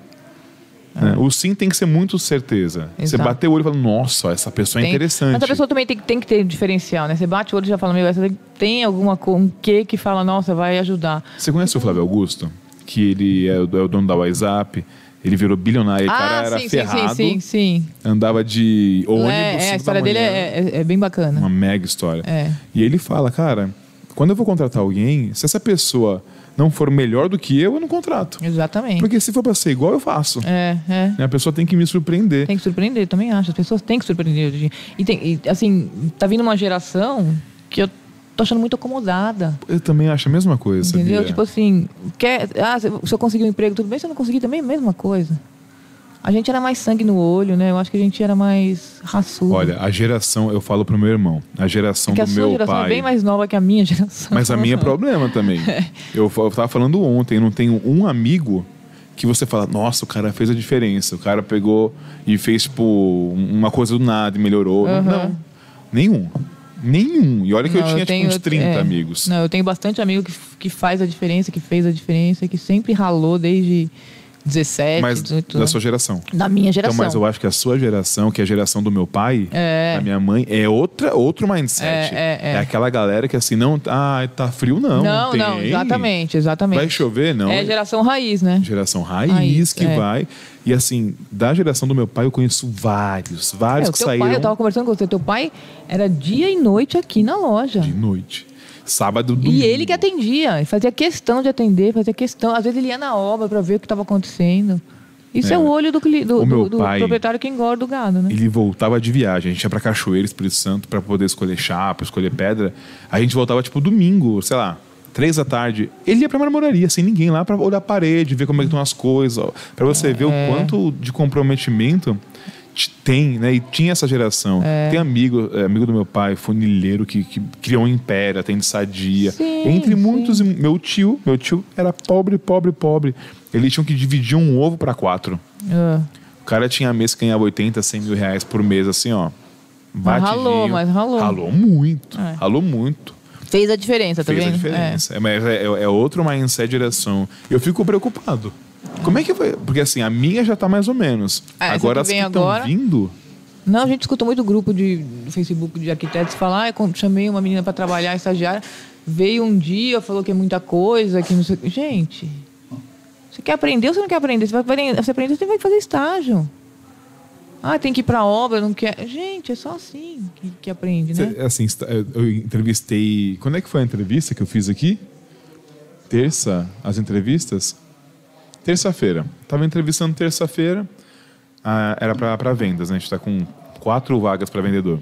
A: né? O sim tem que ser muito certeza. Você
B: Exato.
A: bateu o olho e fala, nossa, essa pessoa é
B: Tem-
A: interessante.
B: Mas a pessoa também tem, que- tem que ter diferencial, né? Você bate o olho e já fala, meu, essa daqui tem alguma co- um que que fala, nossa, vai ajudar.
A: Você conhece o Flávio Augusto? Que ele é, o é o dono da WhatsApp, ele virou bilionário, o cara era
B: Ah, sim, sim, sim,
A: ferrado,
B: sim, sim.
A: andava de ônibus.
B: É, é,
A: cinco
B: a
A: da
B: história dele
A: manhã.
B: é, é- é bem bacana.
A: Uma mega história.
B: É.
A: E ele fala, cara, quando eu vou contratar alguém, se essa pessoa não for melhor do que eu, eu não contrato.
B: Exatamente.
A: Porque se for pra ser igual, eu faço. Né?
B: É, é.
A: A pessoa tem que me surpreender.
B: Tem que surpreender, também acho. As pessoas têm que surpreender. hoje em dia. E, tem, e, assim, tá vindo uma geração que eu tô achando muito acomodada.
A: Eu também acho a mesma coisa,
B: entendeu?
A: sabia?
B: Tipo assim, quer, ah, se se eu conseguir um emprego, tudo bem. Se eu não conseguir, também é a mesma coisa. A gente era mais sangue no olho, né? Eu acho que a gente era mais raçudo.
A: Olha, a geração, eu falo pro meu irmão, a geração
B: Porque a
A: do
B: sua
A: meu
B: geração
A: pai.
B: é bem mais nova que a minha geração.
A: Mas a minha é problema também. Eu, fa- eu tava falando ontem, eu não tenho um amigo que você fala, nossa, o cara fez a diferença. O cara pegou e fez, tipo, um- uma coisa do nada e melhorou.
B: Aham.
A: Não. Nenhum. Nenhum. E olha que eu
B: Não,
A: tinha,
B: tenho-
A: tipo, uns 30
B: é.
A: amigos.
B: Não, eu tenho bastante amigo que, f- que faz a diferença, que fez a diferença, que sempre ralou desde 17,
A: Mas
B: 18
A: da
B: anos.
A: sua geração.
B: Da minha geração.
A: Então, mas eu acho que a sua geração, que é a geração do meu pai,
B: É.
A: da minha mãe, é outra, outro mindset.
B: É, é, é.
A: aquela galera que assim, não, ah, tá frio não.
B: Não,
A: tem.
B: não, exatamente, exatamente.
A: Vai chover não.
B: É geração raiz, né?
A: Geração raiz,
B: Raiz,
A: que
B: é.
A: vai. E assim, da geração do meu pai, eu conheço vários, vários
B: É, o
A: que
B: teu
A: saíram
B: pai, eu tava conversando com você, teu pai era dia e noite aqui na loja.
A: de noite. Sábado, domingo.
B: E ele que atendia, ele fazia questão de atender, fazia questão. Às vezes ele ia na obra para ver o que estava acontecendo. Isso é,
A: É.
B: o olho do, cli- do-
A: O meu
B: do- do
A: pai-
B: proprietário que engorda o gado, né?
A: Ele voltava de viagem. A gente ia pra Cachoeira, Espírito Santo, pra poder escolher chapa, escolher pedra. A gente voltava, tipo, domingo, sei lá, três da tarde. Ele ia pra marmoraria, sem ninguém lá, pra olhar a parede, ver como é que estão as coisas. ó. Pra você ver
B: É.
A: o quanto de comprometimento te- tem, né? E tinha essa geração. Tem amigo, é, amigo do meu pai, funilheiro, que, que criou um império, atende sadia.
B: Sim,
A: Entre
B: sim.
A: muitos... e- Meu tio, meu tio era pobre, pobre, pobre. Eles tinham que dividir um ovo pra quatro.
B: Ah,
A: O cara tinha mês que ganhava 80, 100 mil reais por mês, assim, ó. Batidinho.
B: ralou, mas ralou.
A: Ralou muito.
B: É.
A: Ralou muito.
B: Fez a diferença, tá
A: Fez a
B: vendo?
A: diferença. É, mas é, é outro mindset de direção. Eu fico preocupado. Como é que vai? Porque assim, a minha já tá mais ou menos.
B: É, essa
A: agora
B: que
A: as que
B: vem
A: estão
B: agora-
A: vindo.
B: É. Não, a gente escuta muito grupo de, do Facebook de arquitetos falar, ah, eu con- chamei uma menina para trabalhar, estagiária, veio um dia, falou que é muita coisa, que não sei o quê. Gente, você quer aprender ou você não quer aprender? Você vai aprender, você aprender, você vai fazer estágio. Ah, tem que ir pra obra, não quer. Gente, é só assim que, que aprende, né?
A: Cê- Assim, está- eu- eu entrevistei. Quando é que foi a entrevista que eu fiz aqui? Terça, as entrevistas? Terça-feira. Tava entrevistando terça-feira. Ah, era pra pra vendas, né? A gente tá com quatro vagas pra vendedor.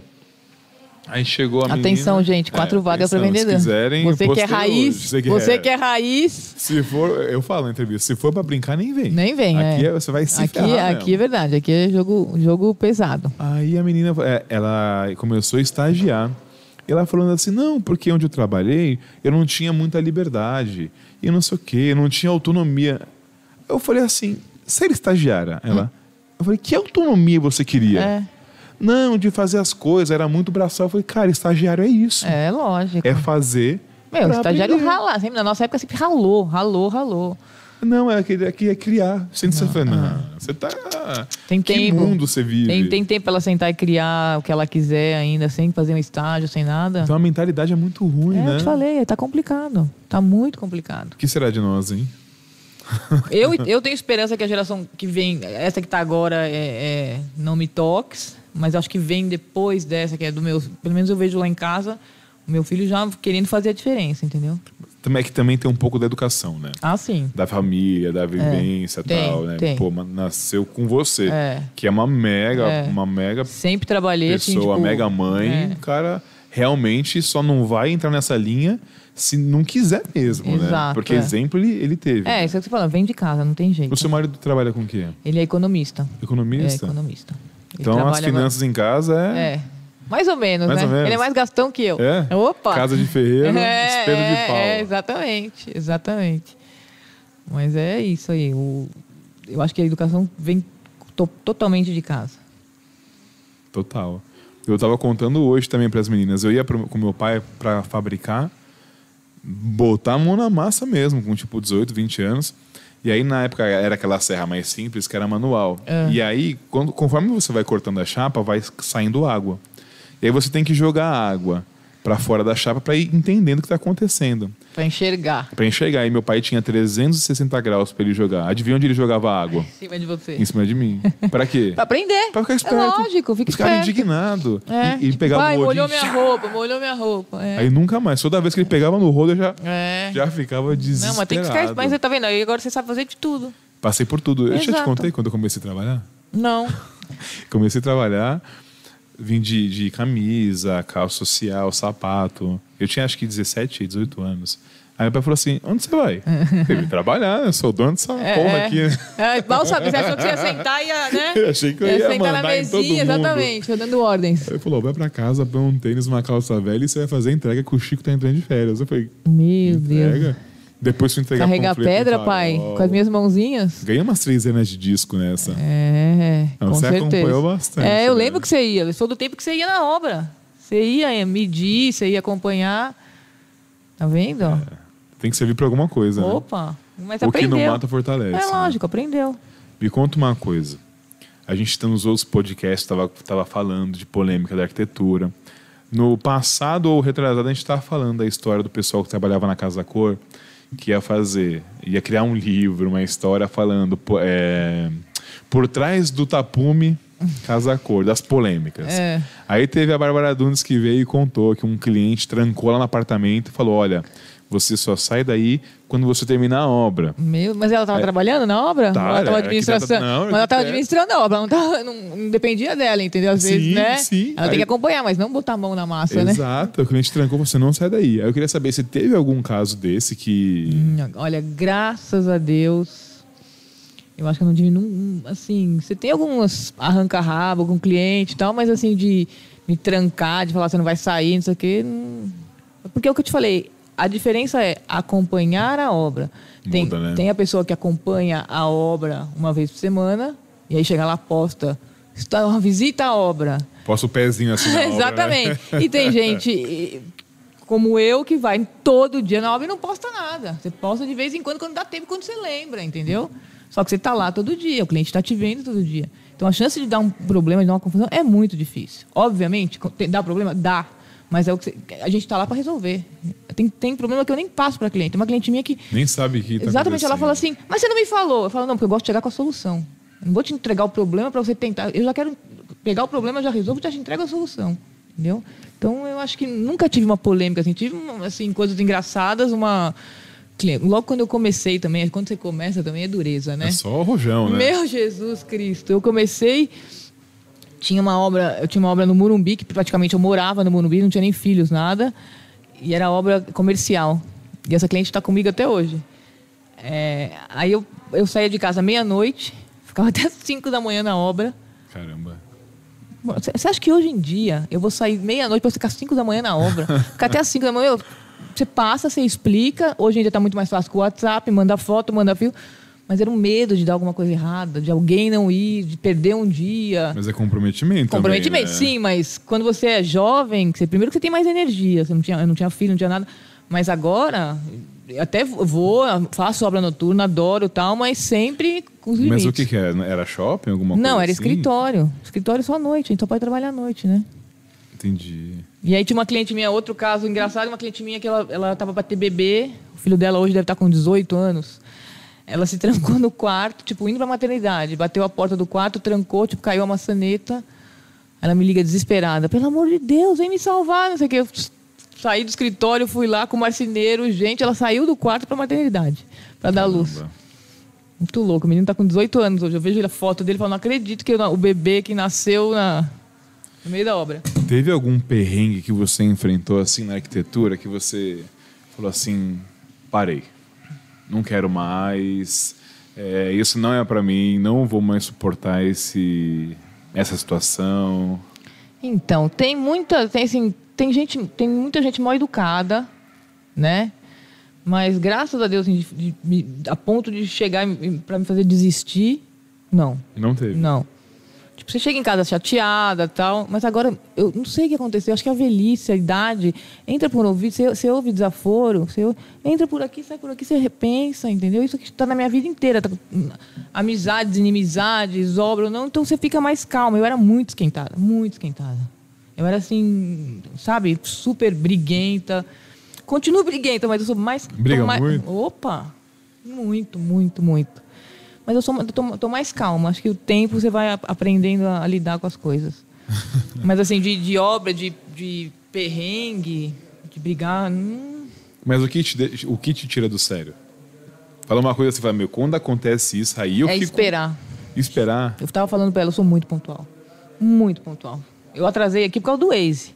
A: Aí chegou a menina-
B: Atenção, gente, quatro
A: É,
B: vagas para
A: atenção,
B: vendedor.
A: Se quiserem,
B: você que é
A: postei
B: raiz,
A: hoje,
B: você que, é... raiz,
A: Se for, eu falo na entrevista, se for pra brincar, nem vem.
B: nem vem,
A: Aqui
B: né?
A: é- você vai se
B: aqui,
A: ferrar
B: aqui é
A: mesmo.
B: verdade, aqui é jogo, jogo pesado.
A: Aí a menina, é, ela começou a estagiar. E ela falando assim, não, porque onde eu trabalhei, eu não tinha muita liberdade. E não sei o quê, eu não tinha autonomia. Eu falei assim, ser estagiária, ela. Eu falei, que autonomia você queria?
B: É.
A: Não, de fazer as coisas, era muito braçal. Eu falei, cara, estagiário é isso. É,
B: É, lógico.
A: fazer.
B: Meu,
A: pra
B: estagiário
A: aprender.
B: rala, sempre na nossa época sempre ralou, ralou, ralou.
A: Não, é aquele aqui é criar. Você não, você fala, não, você tá.
B: Tem
A: que
B: tempo.
A: mundo você vive.
B: Tem, tem tempo pra ela sentar e criar o que ela quiser ainda, sem fazer um estágio, sem nada.
A: Então a mentalidade é muito ruim,
B: é,
A: né?
B: eu te falei, tá complicado. Tá muito complicado.
A: O que será de nós, hein?
B: Eu, eu tenho esperança que a geração que vem, essa que tá agora, é, é não me toques, mas acho que vem depois dessa, que é do meu. Pelo menos eu vejo lá em casa, o meu filho já querendo fazer a diferença, entendeu?
A: Também é que também tem um pouco da educação, né?
B: Ah, sim.
A: Da família, da vivência e
B: É. tem,
A: tal, né?
B: tem.
A: Pô, mas nasceu com você.
B: É.
A: Que é uma mega,
B: É.
A: uma mega
B: Sempre trabalhei assim.
A: pessoa,
B: tipo,
A: mega mãe.
B: é.
A: O cara realmente só não vai entrar nessa linha se não quiser mesmo, né?
B: Exato,
A: Porque
B: é.
A: exemplo ele, ele teve.
B: É, isso é o que você fala, vem de casa, não tem jeito.
A: O seu marido trabalha com o quê?
B: Ele é economista.
A: Economista?
B: É economista. Ele
A: Então as
B: trabalha-
A: finanças em casa é.
B: É. Mais ou menos,
A: Mais
B: né?
A: ou menos. É?
B: Ele é mais gastão que eu. Opa!
A: Casa de ferreiro, espelho de pau.
B: é, exatamente, exatamente. Mas é isso aí. O, eu acho que a educação vem to- totalmente de casa.
A: Total. Eu tava contando hoje também para as meninas. Eu ia pro, com meu pai para fabricar, botar a mão na massa mesmo, com tipo 18, 20 anos. E aí, na época, era aquela serra mais simples, que era manual. E aí, quando, conforme você vai cortando a chapa, vai saindo água. E aí você tem que jogar a água para fora da chapa para ir entendendo o que está acontecendo.
B: Pra enxergar.
A: Para enxergar. E meu pai tinha 360 graus para ele jogar. Adivinha onde ele jogava a água?
B: Em cima de você.
A: Em cima de mim. Para quê?
B: Pra aprender.
A: Pra ficar esperto.
B: É lógico, fica
A: Os caras
B: esperto.
A: indignados.
B: É.
A: E, e pegava
B: Pai,
A: o olho
B: molhou
A: e
B: minha
A: já-
B: roupa, molhou minha roupa. É.
A: Aí nunca mais. Toda vez que ele pegava no rolo, eu já,
B: É.
A: já ficava
B: Não,
A: desesperado.
B: mas tem que ficar. Mas você tá vendo? Aí agora você sabe fazer de tudo.
A: Passei por tudo. Eu já te
B: Exato.
A: contei quando eu comecei a trabalhar?
B: Não.
A: Comecei a trabalhar, vim de, de camisa, calça social, sapato. Eu tinha acho que 17, 18 anos. Aí meu pai falou assim: onde você vai? Eu vim trabalhar, eu sou dono dessa
B: É,
A: porra
B: é.
A: aqui. né?
B: É, mal sabe, você achou que você ia sentar e ia, né?
A: Eu achei que eu ia
B: sentar na
A: mandar em todo
B: mesinha,
A: mundo.
B: exatamente, eu dando ordens.
A: Aí Ele falou: vai pra casa, põe um tênis, uma calça velha e você vai fazer a entrega que o Chico tá entrando de férias. Eu falei:
B: Meu Deus.
A: entrega? Depois tu entregar um
B: Carregar
A: panfleto em
B: pedra, pai,
A: farol.
B: com as minhas mãozinhas?
A: Ganhei umas três zenas de disco nessa.
B: É,
A: Não,
B: com
A: você
B: certeza.
A: acompanhou bastante,
B: É, eu
A: né?
B: lembro que você ia. Eu sou do tempo que você ia na obra. Você ia eh, medir, você ia acompanhar. Tá vendo?
A: Tem que servir pra alguma coisa, É, né?
B: Opa, mas
A: O que
B: aprendeu.
A: não mata fortalece.
B: é
A: né?
B: lógico, aprendeu.
A: Me conta uma coisa. A gente tá nos outros podcasts, tava, tava falando de polêmica da arquitetura. No passado ou retrasado, a gente tava falando da história do pessoal que trabalhava na Casa da Cor, que ia fazer, ia criar um livro, uma história falando pô, é, por trás do tapume Casa da Cor, das polêmicas.
B: É.
A: Aí teve a Bárbara Dunes que veio e contou que um cliente trancou ela no apartamento e falou: Olha, você só sai daí quando você terminar a obra.
B: Meu, mas ela estava trabalhando na obra?
A: É. Tá,
B: Ou ela
A: era
B: estava
A: arquiteta-
B: administração.
A: não,
B: mas ela
A: arquiteta.
B: estava administrando a obra, não, tava- não- não dependia dela, entendeu? Às
A: é. Sim,
B: vezes, né?
A: sim.
B: Ela tem
A: Aí-
B: que acompanhar, mas não botar a mão na massa, né?
A: Exato, o cliente trancou, você não sai daí. Aí eu queria saber se teve algum caso desse que.
B: Hum, Olha, graças a Deus. Eu acho que eu não tive num. Assim, você tem algumas arranca-rabo com cliente e tal, mas assim, de me trancar, de falar você não vai sair, não sei o quê. não- Porque é o que eu te falei, a diferença é acompanhar a obra. Tem,
A: Muda, né?
B: tem a pessoa que acompanha a obra uma vez por semana, e aí chega lá, posta. Está uma visita à obra.
A: Posso o pezinho assim. na obra, né?
B: Exatamente. E tem gente e, como eu que vai todo dia na obra e não posta nada. Você posta de vez em quando, quando dá tempo, quando você lembra, entendeu? Só que você está lá todo dia, o cliente está te vendo todo dia. Então a chance de dar um problema, de dar uma confusão, é muito difícil. Obviamente, co- tem- dá problema? Dá. Mas é o que você- a gente está lá para resolver. Tem, tem problema que eu nem passo para cliente. Tem uma cliente minha que
A: Nem sabe que. Tá
B: Exatamente, ela
A: acontecendo.
B: fala assim, mas você não me falou. Eu falo, não, porque eu gosto de chegar com a solução. Eu não vou te entregar o problema para você tentar. Eu já quero pegar o problema, eu já resolvo, já te entrego a solução. Entendeu? Então, eu acho que nunca tive uma polêmica assim. Tive, uma, assim, coisas engraçadas, uma... cli- Logo quando eu comecei também, quando você começa também é dureza, né?
A: É só o rojão, né?
B: Meu Jesus Cristo, eu comecei tinha uma obra, eu tinha uma obra no Murumbi que praticamente eu morava no Murumbi, não tinha nem filhos nada, e era obra comercial. E essa cliente está comigo até hoje. É, aí eu, eu saía de casa meia-noite, ficava até as 5 da manhã na obra.
A: Caramba.
B: Bom, Você você acha que hoje em dia eu vou sair meia-noite para ficar às 5 da manhã na obra? Ficar até às 5 da manhã, eu- você passa, você explica. Hoje em dia está muito mais fácil com o WhatsApp, manda foto, manda fio. Mas era um medo de dar alguma coisa errada, de alguém não ir, de perder um dia.
A: Mas é comprometimento. também,
B: Comprometimento,
A: né?
B: sim, mas quando você é jovem, que você, primeiro que você tem mais energia, você não tinha, eu não tinha filho, não tinha nada. Mas agora, eu até vou, faço obra noturna, adoro e tal, mas sempre com os limites.
A: Mas o que, que era? Era shopping? Alguma coisa?
B: Não, era
A: assim?
B: escritório. Escritório só à noite, a gente só pode trabalhar à noite, né?
A: Entendi.
B: E aí tinha uma cliente minha, outro caso engraçado, uma cliente minha que ela, ela tava pra ter bebê, o filho dela hoje deve estar com 18 anos. Ela se trancou no quarto, tipo, indo pra maternidade. Bateu a porta do quarto, trancou, tipo, caiu a maçaneta. Ela me liga desesperada. Pelo amor de Deus, vem me salvar, não sei o quê. Eu saí do escritório, fui lá com o marceneiro, gente. Ela saiu do quarto pra maternidade, pra dar luz.
A: Caramba.
B: Muito louco. O menino tá com 18 anos hoje. Eu vejo a foto dele e falo, não acredito que eu- o bebê que nasceu na- no meio da obra.
A: Teve algum perrengue que você enfrentou assim na arquitetura que você falou assim, parei, não quero mais, é, isso não é pra mim, não vou mais suportar esse essa situação.
B: Então, tem muita, tem assim, tem gente, tem muita gente mal educada, né? Mas graças a Deus, assim, de- de- de- a ponto de chegar para me fazer desistir, não,
A: Não teve.
B: não. Tipo, você chega em casa chateada tal, mas agora eu não sei o que aconteceu. Acho que a velhice, a idade, entra por um ouvido, você, você ouve desaforo, você ouve- entra por aqui, sai por aqui, você repensa, entendeu? Isso que está na minha vida inteira. tá- amizades, inimizades, obra ou não, então você fica mais calma. Eu era muito esquentada, muito esquentada. Eu era assim, sabe, super briguenta. Continuo briguenta, mas eu sou mais.
A: Briga
B: tô mais-
A: muito?
B: Opa! Muito, muito, muito. Mas eu sou, eu tô, tô mais calma. Acho que o tempo você vai a- aprendendo a, a lidar com as coisas. Mas assim, de, de obra, de, de perrengue, de brigar. hum,
A: Mas o que, te, de- o que te tira do sério? Fala uma coisa, você fala, meu, quando acontece isso, aí eu
B: é
A: fico...
B: esperar.
A: Esperar.
B: Eu tava falando pra ela, eu sou muito pontual. Muito pontual. Eu atrasei aqui por causa do Waze.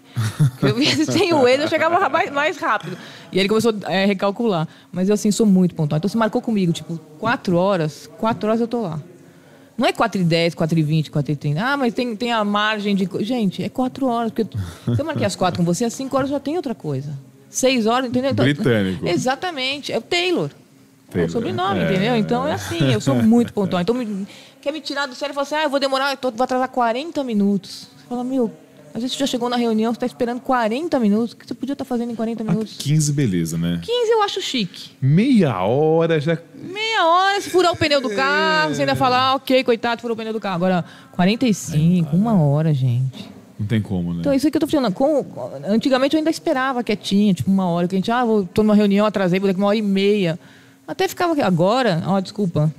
B: Porque Eu vi se sem o Waze, eu chegava mais, mais rápido. E ele começou a eh, recalcular. Mas eu, assim, sou muito pontual. Então, você marcou comigo, tipo, quatro horas, quatro horas eu tô lá. Não é 4 e 10, 4 e 20, 4 e 30. Ah, mas tem, tem a margem de... co- Gente, é quatro horas. Porque eu- se eu marquei às quatro com você, às cinco horas já tem outra coisa. Seis horas, entendeu? Então,
A: Britânico.
B: Exatamente. É o Taylor. É
A: Taylor.
B: o sobrenome,
A: É.
B: entendeu? Então é assim, eu sou muito pontual. Então me- quer me tirar do sério e falar assim, ah, eu vou demorar, eu tô, vou atrasar 40 minutos. Você fala, meu, às vezes você já chegou na reunião, você tá esperando 40 minutos, o que você podia estar fazendo em 40 minutos?
A: 15, beleza, né?
B: 15 eu acho chique.
A: Meia hora já...
B: Meia hora, se furar o pneu do carro, você ainda falar, ah, ok, coitado, furou o pneu do carro. Agora, 45, uma hora, gente.
A: Não tem como, né?
B: Então, isso que eu tô falando. Com, antigamente eu ainda esperava quietinha, tipo uma hora, que a gente, ah, vou, tô numa reunião, atrasei, vou daqui uma hora e meia. Até ficava aqui. Agora, ó, desculpa,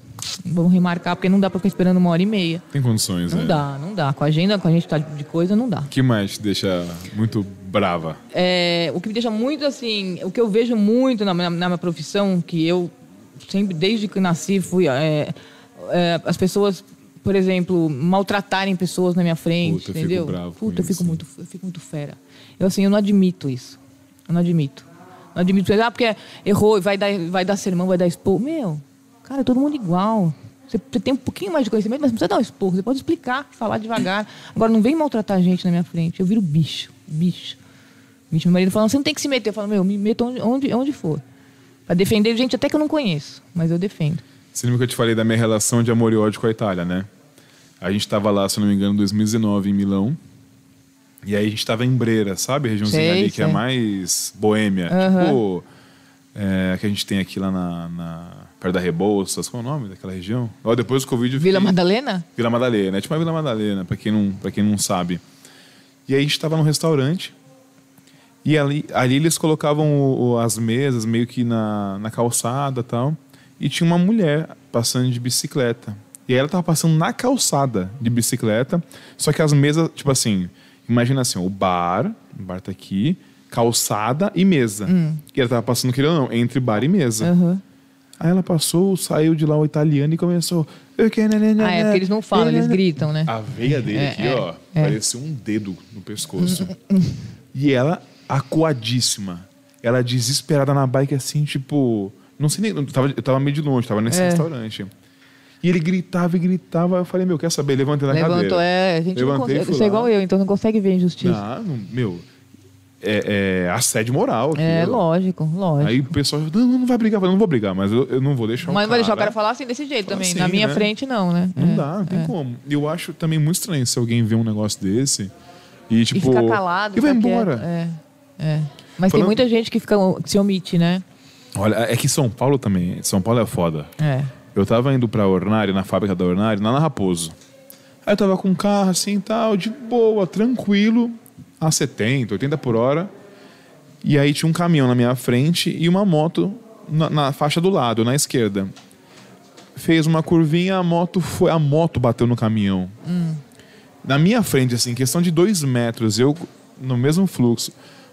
B: vamos remarcar, porque não dá pra ficar esperando uma hora e meia.
A: Tem condições,
B: Não
A: né?
B: dá, não dá. Com a agenda, com a gente tá de coisa, não dá.
A: O que mais te deixa muito brava?
B: É, o que me deixa muito assim, o que eu vejo muito na, na- na minha profissão, que eu sempre, desde que nasci, fui. é, é, as pessoas, por exemplo, maltratarem pessoas na minha frente,
A: Puta, eu fico
B: entendeu?
A: bravo com
B: Puta, eu
A: isso,
B: fico,
A: né?
B: muito, eu fico muito fera. Eu, assim, eu não admito isso. Eu não admito. Não admito. Ah, porque errou, vai dar, vai dar sermão, vai dar expor. Meu, cara, é todo mundo igual. Você você tem um pouquinho mais de conhecimento, mas não precisa dar um expor. Você pode explicar, falar devagar. Agora, não vem maltratar a gente na minha frente. Eu viro bicho, bicho. Bicho, meu marido fala, você não tem que se meter. Eu falo, meu, me meto onde, onde, onde for. Pra defender gente até que eu não conheço, mas eu defendo.
A: Você lembra que eu te falei da minha relação de amor e ódio com a Itália, né? A gente tava lá, se eu não me engano, em 2019, em Milão. E aí a gente tava em Breira, sabe? A regiãozinha
B: Sei,
A: ali que é
B: sei.
A: mais boêmia.
B: Aham.
A: Tipo, é, que a gente tem aqui lá na, na- perto da Rebouças. Qual é o nome daquela região? Ó, depois do Covid... eu
B: Vila
A: fiquei-
B: Madalena?
A: Vila Madalena, é tipo uma Vila Madalena, pra quem não, pra quem não sabe. E aí a gente tava num restaurante e ali, ali eles colocavam o- o- as mesas meio que na, na calçada e tal. E tinha uma mulher passando de bicicleta. E aí ela tava passando na calçada de bicicleta, só que as mesas, tipo assim, imagina assim, o bar, o bar tá aqui, calçada e mesa. E ela tava passando, querendo ou não, entre bar e mesa.
B: Hum. Aham.
A: Aí ela passou, saiu de lá o italiano e começou. né,
B: Ah, é porque eles não falam, eles gritam, né?
A: A veia dele
B: É,
A: aqui,
B: é,
A: ó,
B: é.
A: parecia um dedo no pescoço. e ela, acuadíssima. Ela desesperada na bike, assim, tipo. Não sei nem. Eu tava, eu tava meio de longe, tava nesse
B: É.
A: restaurante. E ele gritava e gritava. Eu falei, meu, quer saber? Levantei na
B: Levantou,
A: cadeira.
B: é, a gente não
A: Levantei e
B: consegue.
A: fui
B: Você é
A: lá.
B: igual eu, então não consegue ver a injustiça.
A: Ah, não, meu. É, é assédio moral.
B: é,
A: aquilo.
B: lógico, lógico.
A: Aí o pessoal, não, não vai brigar. Eu falei, não vou brigar, mas eu, eu não vou deixar
B: Mas
A: o cara.
B: vai deixar o cara falar assim desse jeito
A: Fala
B: também.
A: assim,
B: Na minha
A: né?
B: frente, não, né?
A: Não
B: É,
A: dá, não tem
B: é.
A: como. Eu acho também muito estranho se alguém vê um negócio desse e, tipo.
B: E ficar calado.
A: E vai
B: ficar quieto.
A: embora.
B: É, é. Mas tem
A: Falando-
B: muita gente que, fica, que se omite, né?
A: Olha, é que São Paulo também. São Paulo é foda.
B: É.
A: Eu tava indo pra Ornari, na fábrica da Ornari, lá na Raposo. Aí eu tava com um carro assim tal, de boa, tranquilo, a 70, 80 por hora. E aí tinha um caminhão na minha frente e uma moto na, na faixa do lado, na esquerda. Fez uma curvinha, a moto foi. A moto bateu no caminhão. Na minha frente, assim, questão de dois metros, eu, no mesmo fluxo,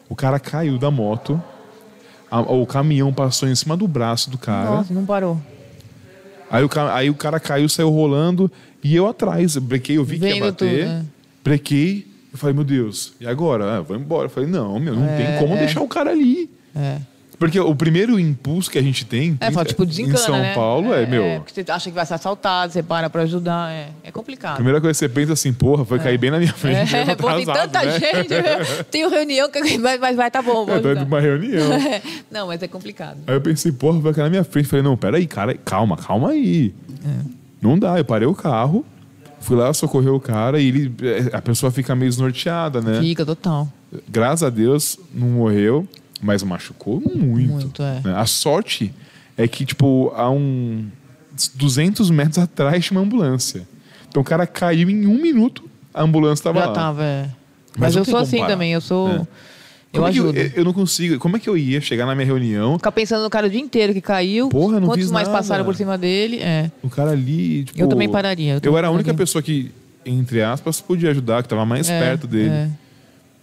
A: o cara caiu da moto, a- o caminhão passou em cima do braço do cara.
B: Nossa, não parou.
A: Aí o, cara, aí o cara caiu, saiu rolando e eu atrás, eu brequei, eu vi que ia
B: Vendo tudo,
A: bater,
B: né?
A: brequei, eu falei, meu Deus, e agora? Ah, vou embora. Eu falei, não, meu, não tem como deixar o cara ali.
B: É.
A: Porque o primeiro impulso que a gente tem
B: É, fala, tipo,
A: em
B: desencana,
A: São
B: né?
A: Paulo é, meu,
B: porque você acha que vai ser assaltado, você para pra ajudar, é, é
A: a
B: complicado.
A: primeira coisa que você pensa assim, porra, foi cair bem na minha frente, eu
B: é,
A: tô
B: pô, tem
A: atrasado,
B: tanta
A: né?
B: gente, né? tenho reunião, que, mas, mas vai, tá bom, vou
A: Eu tô indo pra
B: ajudar.
A: uma reunião.
B: Não, mas é complicado.
A: Aí eu pensei, porra, vai
B: É.
A: cair na minha frente. Falei, não, peraí, cara, calma, calma aí. Não dá. Eu parei o carro, Fui lá, socorrer o cara e ele, eh, a pessoa fica meio desnorteada, né?
B: Fica total.
A: Graças a Deus, não morreu, mas machucou muito.
B: Muito, é.
A: né? A sorte é que, tipo, há um 200 metros atrás tinha uma ambulância. Então o cara caiu em um minuto, a ambulância estava lá.
B: Já tava. é. Mas,
A: Tá Mas não
B: eu
A: tem
B: sou
A: como
B: assim
A: parar.
B: também, eu sou.
A: É.
B: Eu
A: Como é que
B: ajudo.
A: eu, eu não consigo. Como é que eu ia chegar na minha reunião,
B: Ficar pensando no cara o dia inteiro que caiu.
A: Porra, não
B: quantos
A: fiz
B: mais
A: nada.
B: passaram por cima dele? É.
A: o cara ali, tipo...
B: Eu também pararia. Eu,
A: Eu
B: também
A: era a única
B: pararia.
A: pessoa que, entre aspas, podia ajudar, que tava mais
B: É,
A: perto dele.
B: é.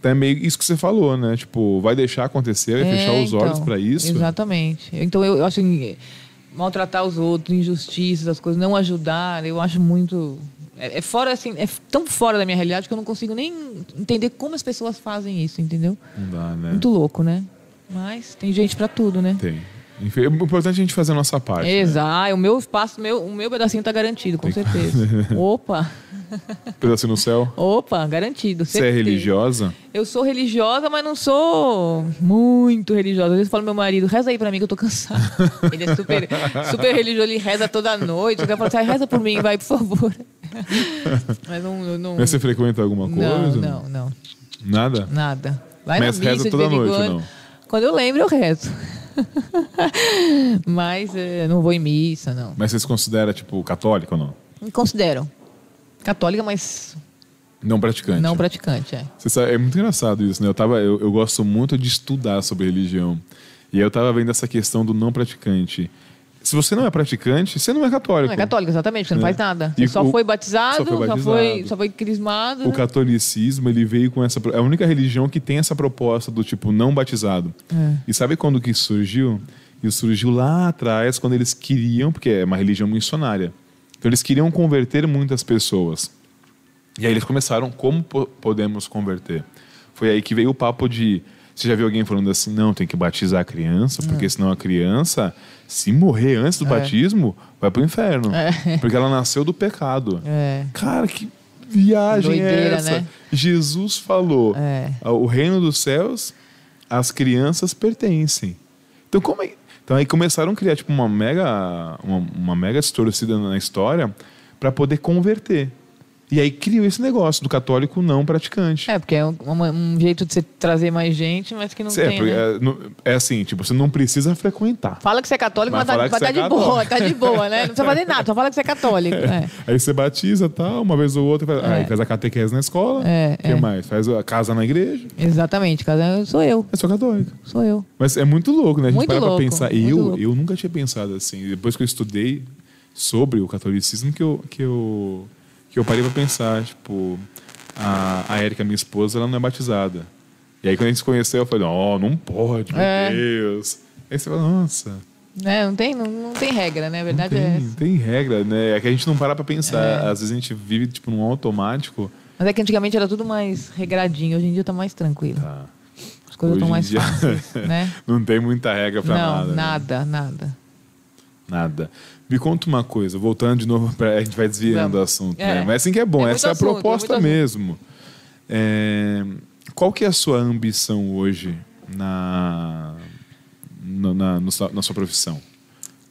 A: Então é meio isso que você falou, né? Tipo, vai deixar acontecer, vai
B: É,
A: fechar os
B: então,
A: olhos pra isso.
B: Exatamente. Então eu, eu acho que maltratar os outros, injustiças, as coisas, não ajudar, eu acho muito. É, é fora assim, é tão fora da minha realidade que eu não consigo nem entender como as pessoas fazem isso, entendeu?
A: Não dá, né?
B: Muito louco, né? Mas tem gente pra tudo, né?
A: Tem. Enfim, é importante a gente fazer a nossa parte.
B: É.
A: né?
B: Exato, o meu espaço, meu, o meu pedacinho tá garantido, com certeza. Opa,
A: Pedacinho tá assim no céu.
B: opa, garantido.
A: Você é
B: certeza.
A: religiosa?
B: Eu sou religiosa, mas não sou muito religiosa. Às vezes eu falo pro meu marido, reza aí pra mim que eu tô cansada. Ele é super, super religioso, ele reza toda noite. Eu quero falar assim, "Ah, reza por mim, vai, por favor. Mas não. eu não,
A: Mas você frequenta alguma
B: não,
A: coisa?
B: não, não,
A: Nada?
B: nada. Vai
A: Mas
B: na missa
A: reza
B: de
A: toda
B: vez em
A: noite,
B: quando.
A: não?
B: Quando eu lembro, eu rezo. mas eh, não vou em missa, não.
A: Mas você se considera, tipo, católica ou não?
B: Me considero católica, mas
A: Não praticante.
B: não praticante, é.
A: Você sabe, é muito engraçado isso, né? Eu, tava, eu, eu gosto muito de estudar sobre religião. E aí eu tava vendo essa questão do não praticante. Se você não é praticante, você não é católico.
B: Não é católica, exatamente, porque não
A: É.
B: faz nada.
A: E
B: Você só
A: o-
B: foi batizado,
A: só
B: só
A: foi
B: foi,
A: batizado.
B: Só foi, crismado. né?
A: O catolicismo, ele veio com essa... pro- É a única religião que tem essa proposta do tipo não batizado. E sabe quando que isso surgiu? Isso surgiu lá atrás, quando eles queriam... Porque é uma religião missionária. Então eles queriam converter muitas pessoas. E aí eles começaram, como po- podemos converter? Foi aí que veio o papo de. Você já viu alguém falando assim, não, tem que batizar a criança, porque senão a criança, se morrer antes do batismo, vai pro inferno. Porque ela nasceu do pecado.
B: É.
A: Cara, que viagem é
B: Doideira,
A: essa?
B: né?
A: Jesus falou:
B: É.
A: "Ah, o reino dos céus, as crianças pertencem. Então, como é. Então aí começaram a criar tipo, uma mega uma, uma mega distorcida na história para poder converter. E aí criou esse negócio do católico não praticante.
B: É, porque é um, uma- um jeito de você trazer mais gente, mas que não
A: É,
B: tem.
A: porque,
B: né?
A: é, não- é assim, tipo, você não precisa frequentar.
B: Fala que você é católico,
A: Mas
B: mas, tá,
A: falar que
B: mas
A: você
B: tá
A: é
B: de
A: católico.
B: boa, tá de boa, né? Não precisa fazer nada, só fala que você é católico. É.
A: Aí você batiza tal, uma vez ou outra, faz- aí faz a catequese na escola.
B: É,
A: que
B: é.
A: mais? Faz a casa na igreja.
B: Exatamente, cara. Sou eu,
A: É só católico.
B: sou eu.
A: Mas é muito louco, né? A gente
B: Muito
A: para
B: louco,
A: pra pensar.
B: muito
A: Eu,
B: louco.
A: eu nunca tinha pensado assim. Depois que eu estudei sobre o catolicismo, que eu, que eu, que eu parei pra pensar. Tipo, a, a Érica, minha esposa, ela não é batizada. E aí, quando a gente se conheceu, eu falei: Ó, não pode, meu
B: É.
A: Deus. Aí você fala: Nossa,
B: Né? Não, tem, não, não tem regra, né?
A: não
B: A verdade
A: tem,
B: é
A: não
B: essa.
A: tem regra, né? É que a gente não para pra pensar. Às vezes a gente vive, tipo, num automático.
B: Mas é que antigamente era tudo mais regradinho, hoje em dia tá mais tranquilo.
A: Tá.
B: As coisas
A: Hoje
B: estão
A: em
B: mais
A: dia-
B: fáceis, né?
A: Não tem muita regra pra
B: não,
A: nada. né?
B: nada, nada.
A: Nada. Me conta uma coisa, voltando de novo, pra, a gente vai desviando
B: Vamos.
A: do assunto,
B: É.
A: né? Mas assim que é bom,
B: É
A: essa é a
B: muito assunto,
A: proposta
B: é muito
A: mesmo. É, qual que é a sua ambição hoje na, no- na, no sua- na sua profissão?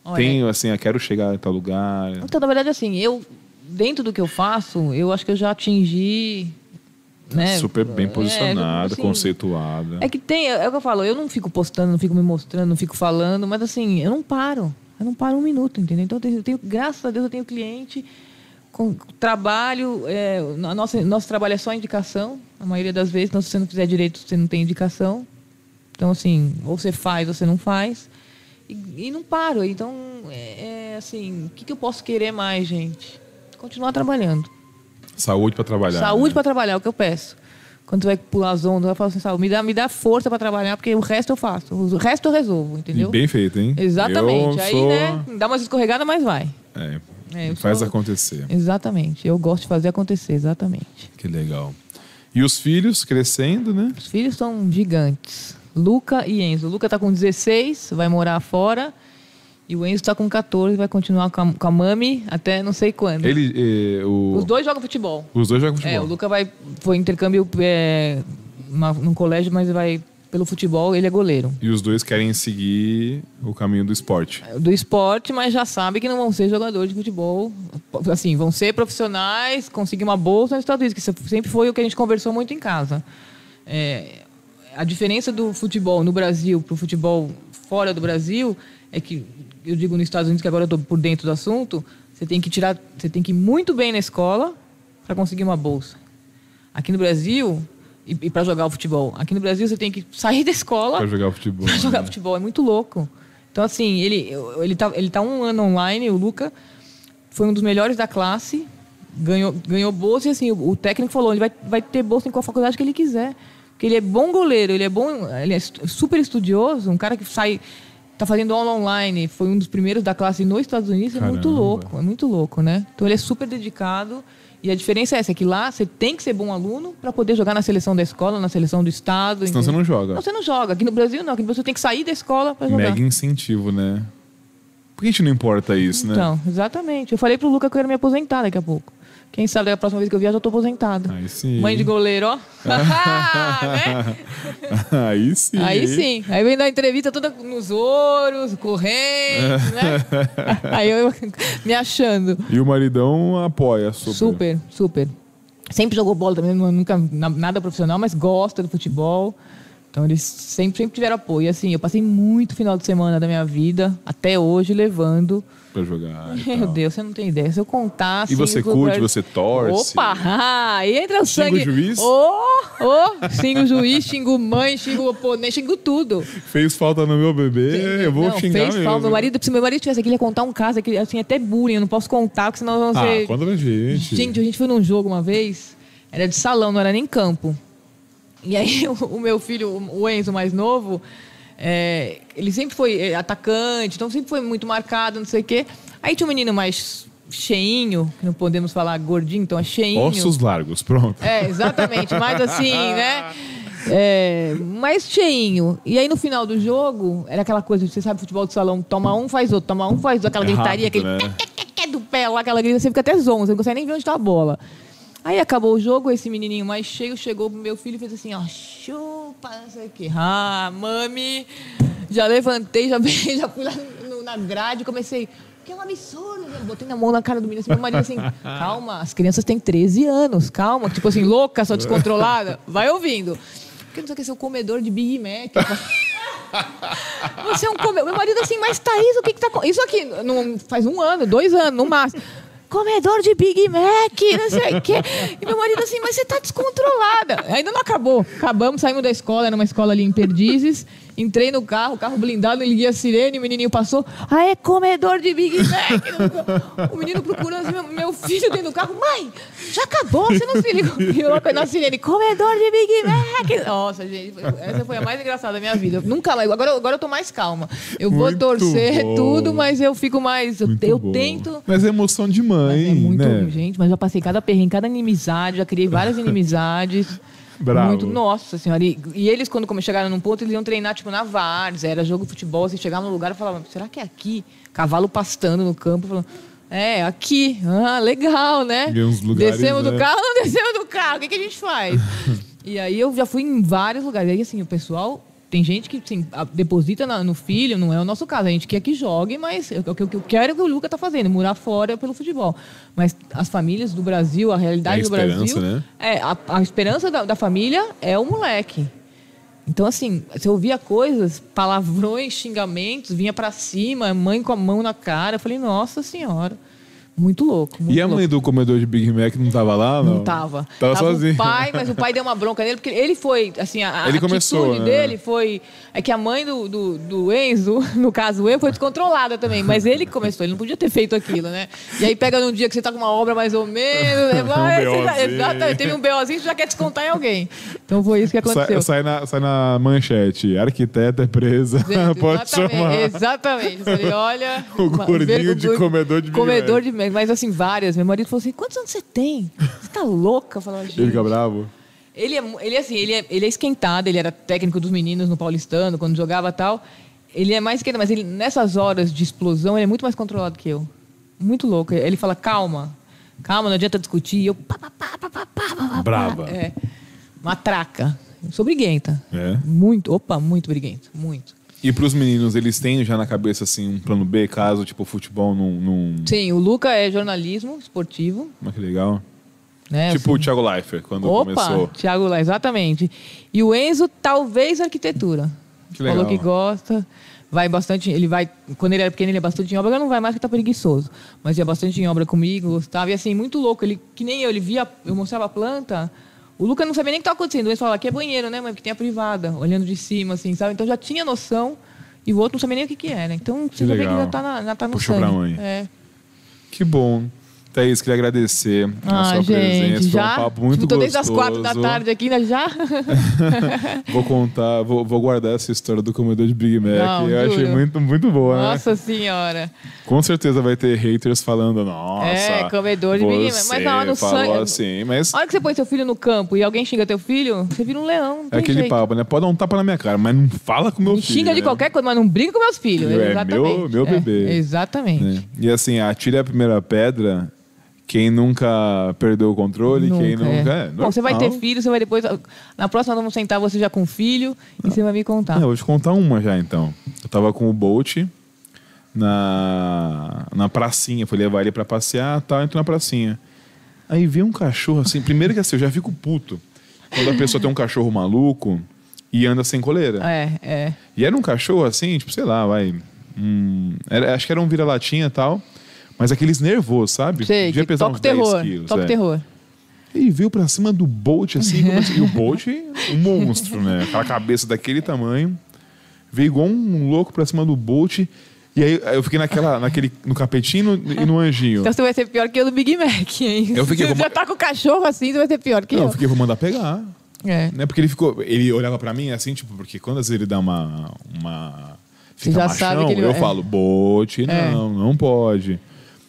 B: Olha,
A: Tem, assim, eu quero chegar em tal lugar.
B: Então, na verdade, assim, eu, dentro do que eu faço, eu acho que eu já atingi. Né?
A: super bem
B: É,
A: posicionada,
B: assim,
A: conceituada.
B: É que tem, é o que eu falo, eu não fico postando, não fico me mostrando, não fico falando, mas assim, eu não paro. Eu não paro um minuto, entendeu? Então, eu tenho, eu tenho- graças a Deus, eu tenho cliente, com, com trabalho, é, a nossa, nosso trabalho é só indicação, a maioria das vezes, então se você não fizer direito, você não tem indicação. Então, assim, ou você faz ou você não faz. E, e não paro. Então, é, é, assim, o que, que eu posso querer mais, gente? Continuar trabalhando.
A: Saúde pra trabalhar.
B: Saúde
A: né?
B: pra trabalhar, é o que eu peço. Quando tu vai pular as ondas, eu falo assim, saúde, me dá, me dá força pra trabalhar, porque o resto eu faço. O resto eu resolvo,
A: E
B: entendeu?
A: bem feito, hein?
B: Exatamente.
A: Eu
B: Aí,
A: sou-
B: né, dá umas escorregadas, mas vai.
A: É,
B: É, eu
A: faz
B: sou-
A: acontecer.
B: Exatamente. Eu gosto de fazer acontecer, exatamente.
A: Que legal. E os filhos crescendo, né?
B: Os filhos são gigantes. Luca e Enzo. O Luca tá com 16, vai morar fora. E o Enzo tá com 14, vai continuar com a, com a mami até não sei quando.
A: Ele, eh, o...
B: Uhum. Os dois jogam futebol.
A: Os dois jogam futebol.
B: É, o Luca vai foi intercâmbio é, uma- num é, colégio, mas vai pelo futebol, ele é goleiro.
A: E os dois querem seguir o caminho do esporte.
B: Do esporte, mas já sabe que não vão ser jogadores de futebol. Assim, vão ser profissionais, conseguir uma bolsa nos Estados Unidos, que sempre foi o que a gente conversou muito em casa. É, a diferença do futebol no Brasil para o futebol fora do Brasil é que, eu digo nos Estados Unidos, que agora eu estou por dentro do assunto, você tem que tirar, você tem que ir muito bem na escola para conseguir uma bolsa. Aqui no Brasil, e, e para jogar o futebol. Aqui no Brasil você tem que sair da escola
A: para jogar futebol.
B: Pra jogar né? futebol é muito louco. Então assim ele ele tá ele tá um ano online. O Luca foi um dos melhores da classe, ganhou ganhou bolsa e assim o, o técnico falou ele vai vai ter bolsa em qual faculdade que ele quiser. Porque ele é bom goleiro, ele é bom, ele é super estudioso, um cara que sai tá fazendo aula online, foi um dos primeiros da classe nos Estados Unidos, é Caramba. muito louco, é muito louco, né? Então ele é super dedicado. E a diferença é essa, é que lá você tem que ser bom aluno para poder jogar na seleção da escola, na seleção do estado.
A: Senão você não joga.
B: Não, você não joga. Aqui no Brasil não, aqui no Brasil você tem que sair da escola para jogar.
A: Mega incentivo, né? Por que a gente não importa isso,
B: então,
A: né?
B: Então, exatamente. Eu falei pro Luca que eu quero me aposentar daqui a pouco. Quem sabe da próxima vez que eu viajo eu tô aposentada.
A: Aí sim.
B: Mãe de goleiro, ó. né?
A: Aí sim.
B: Aí sim. Aí vem dar entrevista toda nos ouros, corrente, né? Aí eu me achando.
A: E o maridão apoia super.
B: Super, super. Sempre jogou bola também, nunca nada profissional, mas gosta do futebol. Então eles sempre, sempre tiveram apoio. E, assim, eu passei muito final de semana da minha vida, até hoje, levando.
A: Pra jogar.
B: Meu Deus, você não tem ideia. Se eu contasse.
A: E você curte, pra... você torce.
B: Opa! Ah, e entra o
A: xinga
B: sangue.
A: O juiz?
B: Oh, oh, xingo o juiz, xingo mãe, xingo o oponente, xingo tudo.
A: Fez falta no meu bebê, Sim. É, eu vou
B: não,
A: xingar. Fez
B: mesmo.
A: falta.
B: Meu marido, se meu marido tivesse aqui, ele ia contar um caso aqui, assim, até bullying. Eu não posso contar, porque senão vão ser.
A: Ah, conta pra gente.
B: Gente, a gente foi num jogo uma vez, era de salão, não era nem campo. E aí o, meu filho, o Enzo mais novo, é, ele sempre foi atacante, então sempre foi muito marcado, não sei o quê. Aí tinha um menino mais cheinho, que não podemos falar gordinho, então é cheinho.
A: Ossos largos, pronto.
B: É, exatamente, mais assim, né? É, mais cheinho. E aí no final do jogo, era aquela coisa, você sabe, futebol de salão, toma um, faz outro, toma um, faz outro, aquela é gritaria, rápido, aquele né? do pé lá, aquela gritaria, você fica até zonzo, você não consegue nem ver onde está a bola. Aí acabou o jogo, esse menininho mais cheio chegou pro meu filho e fez assim, ó, chupa, não sei o quê. Ah, mami, já levantei, já, já fui lá no, na grade, comecei, que é um absurdo, eu botei na mão na cara do menino, assim, meu marido assim, calma, as crianças têm 13 anos, calma, tipo assim, louca, só descontrolada, vai ouvindo. Porque não sei o que, seu comedor de Big Mac. Você é um comedor. Meu marido assim, mas Thaís, o que que tá... Isso aqui, não, faz um ano, dois anos, no máximo comedor de Big Mac, não sei o quê. E meu marido assim, mas você tá descontrolada. Ainda não acabou. Acabamos, saímos da escola, era uma escola ali em Perdizes. Entrei no carro, o carro blindado, liguei a sirene, o menininho passou. Ah, é comedor de Big Mac. o menino procurando assim, meu, meu filho dentro do carro. Mãe, já acabou, você não se ligou. E eu na sirene, comedor de Big Mac. Nossa, gente, essa foi a mais engraçada da minha vida. Eu nunca mais, agora, agora eu tô mais calma. Eu vou
A: Muito
B: torcer
A: bom.
B: tudo, mas eu fico mais, eu,
A: Muito
B: eu
A: bom.
B: tento...
A: Mas é emoção de mãe,
B: É muito
A: né?
B: ruim, gente, mas já passei cada perrengue, cada inimizade, já criei várias inimizades.
A: Bravo.
B: Muito, nossa senhora. E, e eles, quando come- chegaram num ponto, eles iam treinar, tipo, na Vars, era jogo de futebol, assim, chegava num lugar e falava, será que é aqui? Cavalo pastando no campo, falando, é, aqui, ah, legal, né?
A: Em uns lugares,
B: descemos do
A: né?
B: carro, não descemos do carro, o que, que a gente faz? e aí eu já fui em vários lugares. E aí, assim, o pessoal. Tem gente que assim, a- deposita na- no filho, não é o nosso caso. A gente quer que jogue, mas o que eu, eu quero é o que o Luca tá fazendo, morar fora pelo futebol. Mas as famílias do Brasil, a realidade
A: É a
B: do Brasil.
A: esperança, né?
B: É, a, a esperança da, da família é o moleque. Então, assim, você ouvia coisas, palavrões, xingamentos, vinha pra cima, mãe com a mão na cara. Eu falei, nossa senhora, muito louco. é Muito
A: E é a
B: louco.
A: mãe do comedor de Big Mac não tava lá, não?
B: Não tava.
A: Tava,
B: o
A: sozinha.
B: pai, mas o pai deu uma bronca nele, porque ele foi, assim, a, a
A: Ele
B: atitude
A: começou, né?
B: dele foi. É que a mãe do, do, do Enzo, no caso eu, foi descontrolada também, mas ele que começou, ele não podia ter feito aquilo, né? E aí pega num dia que você tá com uma obra mais ou menos, né? Vai,
A: Um
B: você tá-
A: BOzinho.
B: exatamente, teve um BOzinho que já quer descontar em alguém. Então foi isso que aconteceu.
A: Sai, sai na, sai na manchete. Arquiteta é presa.
B: Gente,
A: Pode
B: exatamente,
A: chamar.
B: Exatamente. Eu Falei, olha.
A: O
B: uma-
A: gordinho
B: vergo-
A: de comedor de
B: Comedor de Mac, Mas assim, várias. Meu marido falou assim: quantos anos você tem? Você tá louca? Eu falava,
A: Ele
B: gente.
A: fica bravo?
B: Ele é, mu- ele é assim, ele é, ele é esquentado, ele era técnico dos meninos no paulistano, quando jogava tal. Ele é mais esquentado, mas ele, nessas horas de explosão, ele é muito mais controlado que eu. Muito louco. Ele fala, calma, calma, não adianta discutir. E eu, pá, pá, pá, pá, pá, pá, pá, pá, pá.
A: Brava.
B: É, matraca. Sou briguenta.
A: É?
B: Muito, opa, muito briguento, muito.
A: E pros meninos, eles têm já na cabeça, assim, um plano B, caso, tipo, o futebol não... não...
B: Sim, o Luca é jornalismo esportivo,
A: Mas é que legal.
B: né?
A: tipo o Thiago Leifert, quando
B: Opa,
A: começou.
B: Thiago lá, exatamente. E o Enzo, talvez arquitetura.
A: Que legal.
B: Falou que gosta. Vai bastante, ele vai, quando ele era pequeno, ele ia bastante em obra, agora não vai mais porque tá preguiçoso. Mas ia bastante em obra comigo, gostava. E assim, muito louco. Ele, que nem eu, ele via, eu mostrava a planta. O Luca não sabia nem o que estava acontecendo. O Enzo falava, aqui é banheiro, né, mãe? Porque tem a privada, olhando de cima, assim, sabe? Então já tinha noção. E o outro não sabia nem o que, que era. Então você já vê que
A: legal.
B: já tá, na, já tá no
A: Puxou pra
B: sangue.
A: mãe.
B: É.
A: Que bom. Thaís, queria agradecer a
B: Ah,
A: sua
B: gente,
A: presença.
B: já.
A: Foi um papo muito
B: tipo, tô desde as quatro da
A: gostoso.
B: tarde aqui, né? Já.
A: Vou contar, vou, vou guardar essa história do comedor de Big Mac.
B: Não,
A: eu achei
B: juro.
A: muito, muito boa, né?
B: Nossa senhora.
A: Com certeza vai ter haters falando, nossa.
B: É, comedor de Big Mac. Mas
A: você
B: na hora do
A: falou
B: sangue-
A: assim, mas
B: A hora que você põe seu filho no campo e alguém xinga teu filho, você vira um leão. Não
A: é
B: tem
A: aquele
B: jeito.
A: papo, né? Pode dar um tapa na minha cara, mas não fala com meu
B: Me
A: filho.
B: xinga de
A: né?
B: qualquer coisa, mas não briga com meus filhos.
A: É, meu-
B: Exatamente.
A: meu bebê.
B: É, exatamente.
A: né? E assim, atire a primeira pedra, quem nunca perdeu o controle, quem
B: Nunca,
A: nunca.
B: é.
A: É,
B: Bom, você vai ter
A: normal.
B: filho, você vai depois. Na próxima nós vamos sentar você já com filho e você vai me contar.
A: Ah, eu vou te contar uma já então. Eu tava com o Bolt na, na pracinha, fui levar ele pra passear tal, entro na pracinha. Aí vi um cachorro assim, primeiro que assim, eu já fico puto quando a pessoa tem um cachorro maluco e anda sem coleira.
B: É, é.
A: E era um cachorro assim, tipo, sei lá, vai. um- era- acho que era um vira-latinha e tal. Mas aqueles nervosos, sabe?
B: Sei, que toca
A: 10
B: o terror.
A: quilos,
B: Toca o
A: é.
B: terror.
A: Ele veio pra cima do Bolt, assim, como assim, e o Bolt, um monstro, né? Aquela cabeça daquele tamanho. Veio igual um louco pra cima do Bolt. E aí aí eu fiquei naquela, naquele, no capetinho e no- e no anjinho.
B: Então você vai ser pior que eu do Big Mac, hein?
A: Eu fiquei
B: você
A: com-
B: já tá com o cachorro assim, você vai ser pior que
A: Não,
B: eu.
A: eu fiquei, vou mandar pegar.
B: É.
A: Né? Porque ele ficou. Ele olhava pra mim assim, tipo, porque quando às vezes ele dá uma. uma fica
B: já
A: machão,
B: sabe que ele
A: eu
B: vai-
A: falo, Bolt, não,
B: É.
A: não pode.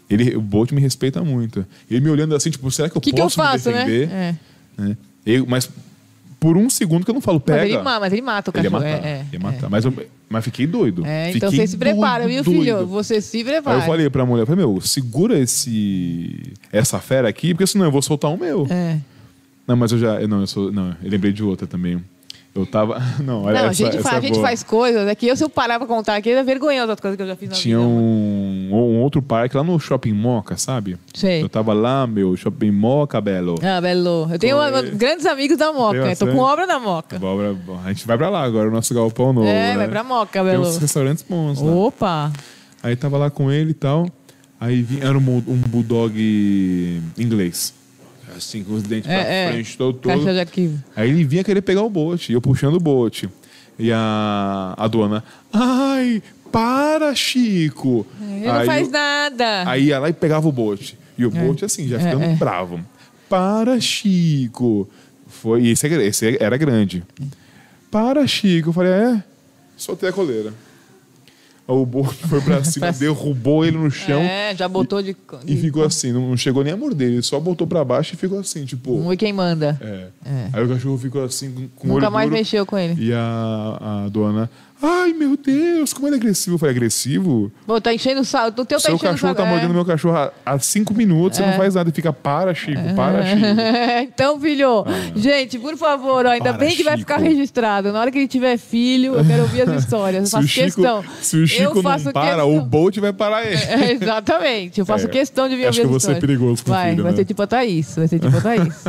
A: Ele, o Bolt me respeita muito. Ele me olhando assim, tipo, será que eu
B: O que, que eu
A: posso
B: faço,
A: me
B: né?
A: defender?
B: É.
A: Né? Eu- mas por um segundo que eu não falo, pega.
B: Mas ele, ma- mas ele mata o
A: Ele ia
B: cachorro.
A: matar.
B: é, é,
A: ia matar. Mas, eu- mas fiquei doido.
B: É, então
A: Fiquei
B: você se prepara,
A: doido,
B: viu, filho?
A: doido.
B: Você se
A: Aí
B: prepara.
A: eu falei pra mulher, falei, meu, segura esse, essa fera aqui, porque senão eu vou soltar o meu.
B: É.
A: Não, mas eu já. eu Não, eu sou. Não, eu lembrei de outra também. Eu tava. Não, olha
B: Não,
A: essa,
B: a, gente
A: essa
B: faz,
A: é
B: a gente
A: boa.
B: faz coisas. É que eu, se eu parar pra contar aqui, era vergonhoso as coisas que eu já fiz na
A: Tinha
B: vida.
A: um, um outro parque lá no Shopping Moca, sabe?
B: Sei.
A: Eu tava lá, meu, Shopping Moca, Belo.
B: Ah, belo. Eu tenho uma- grandes amigos da Moca.
A: Tem
B: Eu tô
A: bastante.
B: com obra na Moca.
A: Bora- A gente vai pra lá agora, o nosso galpão novo.
B: É,
A: né?
B: vai pra Moca,
A: Tem
B: Belo.
A: uns restaurantes bons, né?
B: Opa!
A: Aí tava lá com ele e tal. Aí vinha, era um, bu- um bulldog inglês. Assim, com os dentes pra
B: É, é.
A: frente, todo, todo.
B: Caixa de arquivo.
A: Aí ele vinha querer pegar o bote, e eu puxando o bote. E a, a dona, ai, para, Chico.
B: Ele não faz
A: o-
B: nada.
A: É. Aí ia lá e pegava o bote. E o bote, assim, já
B: É,
A: ficando
B: é.
A: bravo. Para, Chico. Foi, e esse, é- esse era grande. Para, Chico. Eu falei, é? Soltei a coleira. O bote foi pra cima,
B: Pra cima.
A: derrubou ele no chão.
B: é, já botou de.
A: E
B: de-
A: ficou assim, não não chegou nem a morder. Ele só botou pra baixo e ficou assim, tipo...
B: Oi, um quem manda.
A: É.
B: É.
A: Aí o cachorro ficou assim, com- com o
B: Nunca
A: olho
B: mais
A: duro.
B: mexeu com ele.
A: E a, a dona, ai meu Deus, como ele é agressivo. Eu falei, agressivo?
B: Pô, tá enchendo o sal. O teu tá
A: Seu
B: enchendo o É.
A: cachorro
B: sal.
A: tá mordendo meu cachorro há- há cinco minutos, você não faz nada e fica, para, Chico,
B: É.
A: para, Chico.
B: então, filho, gente, por favor, ó, ainda
A: Ah. Para,
B: bem que vai
A: Chico.
B: ficar registrado. Na hora que ele tiver filho, eu quero ouvir as histórias. Eu
A: Se o
B: faço
A: Chico,
B: questão.
A: se o Chico
B: eu
A: não
B: faço
A: para,
B: questão.
A: o Bolt vai parar ele.
B: É, exatamente, eu faço
A: É,
B: questão de vir
A: acho
B: ouvir
A: que
B: as
A: eu vou ser
B: histórias.
A: perigoso com o
B: vai,
A: filho,
B: Vai
A: né?
B: ser tipo a Thaís, vai ser tipo a Thaís.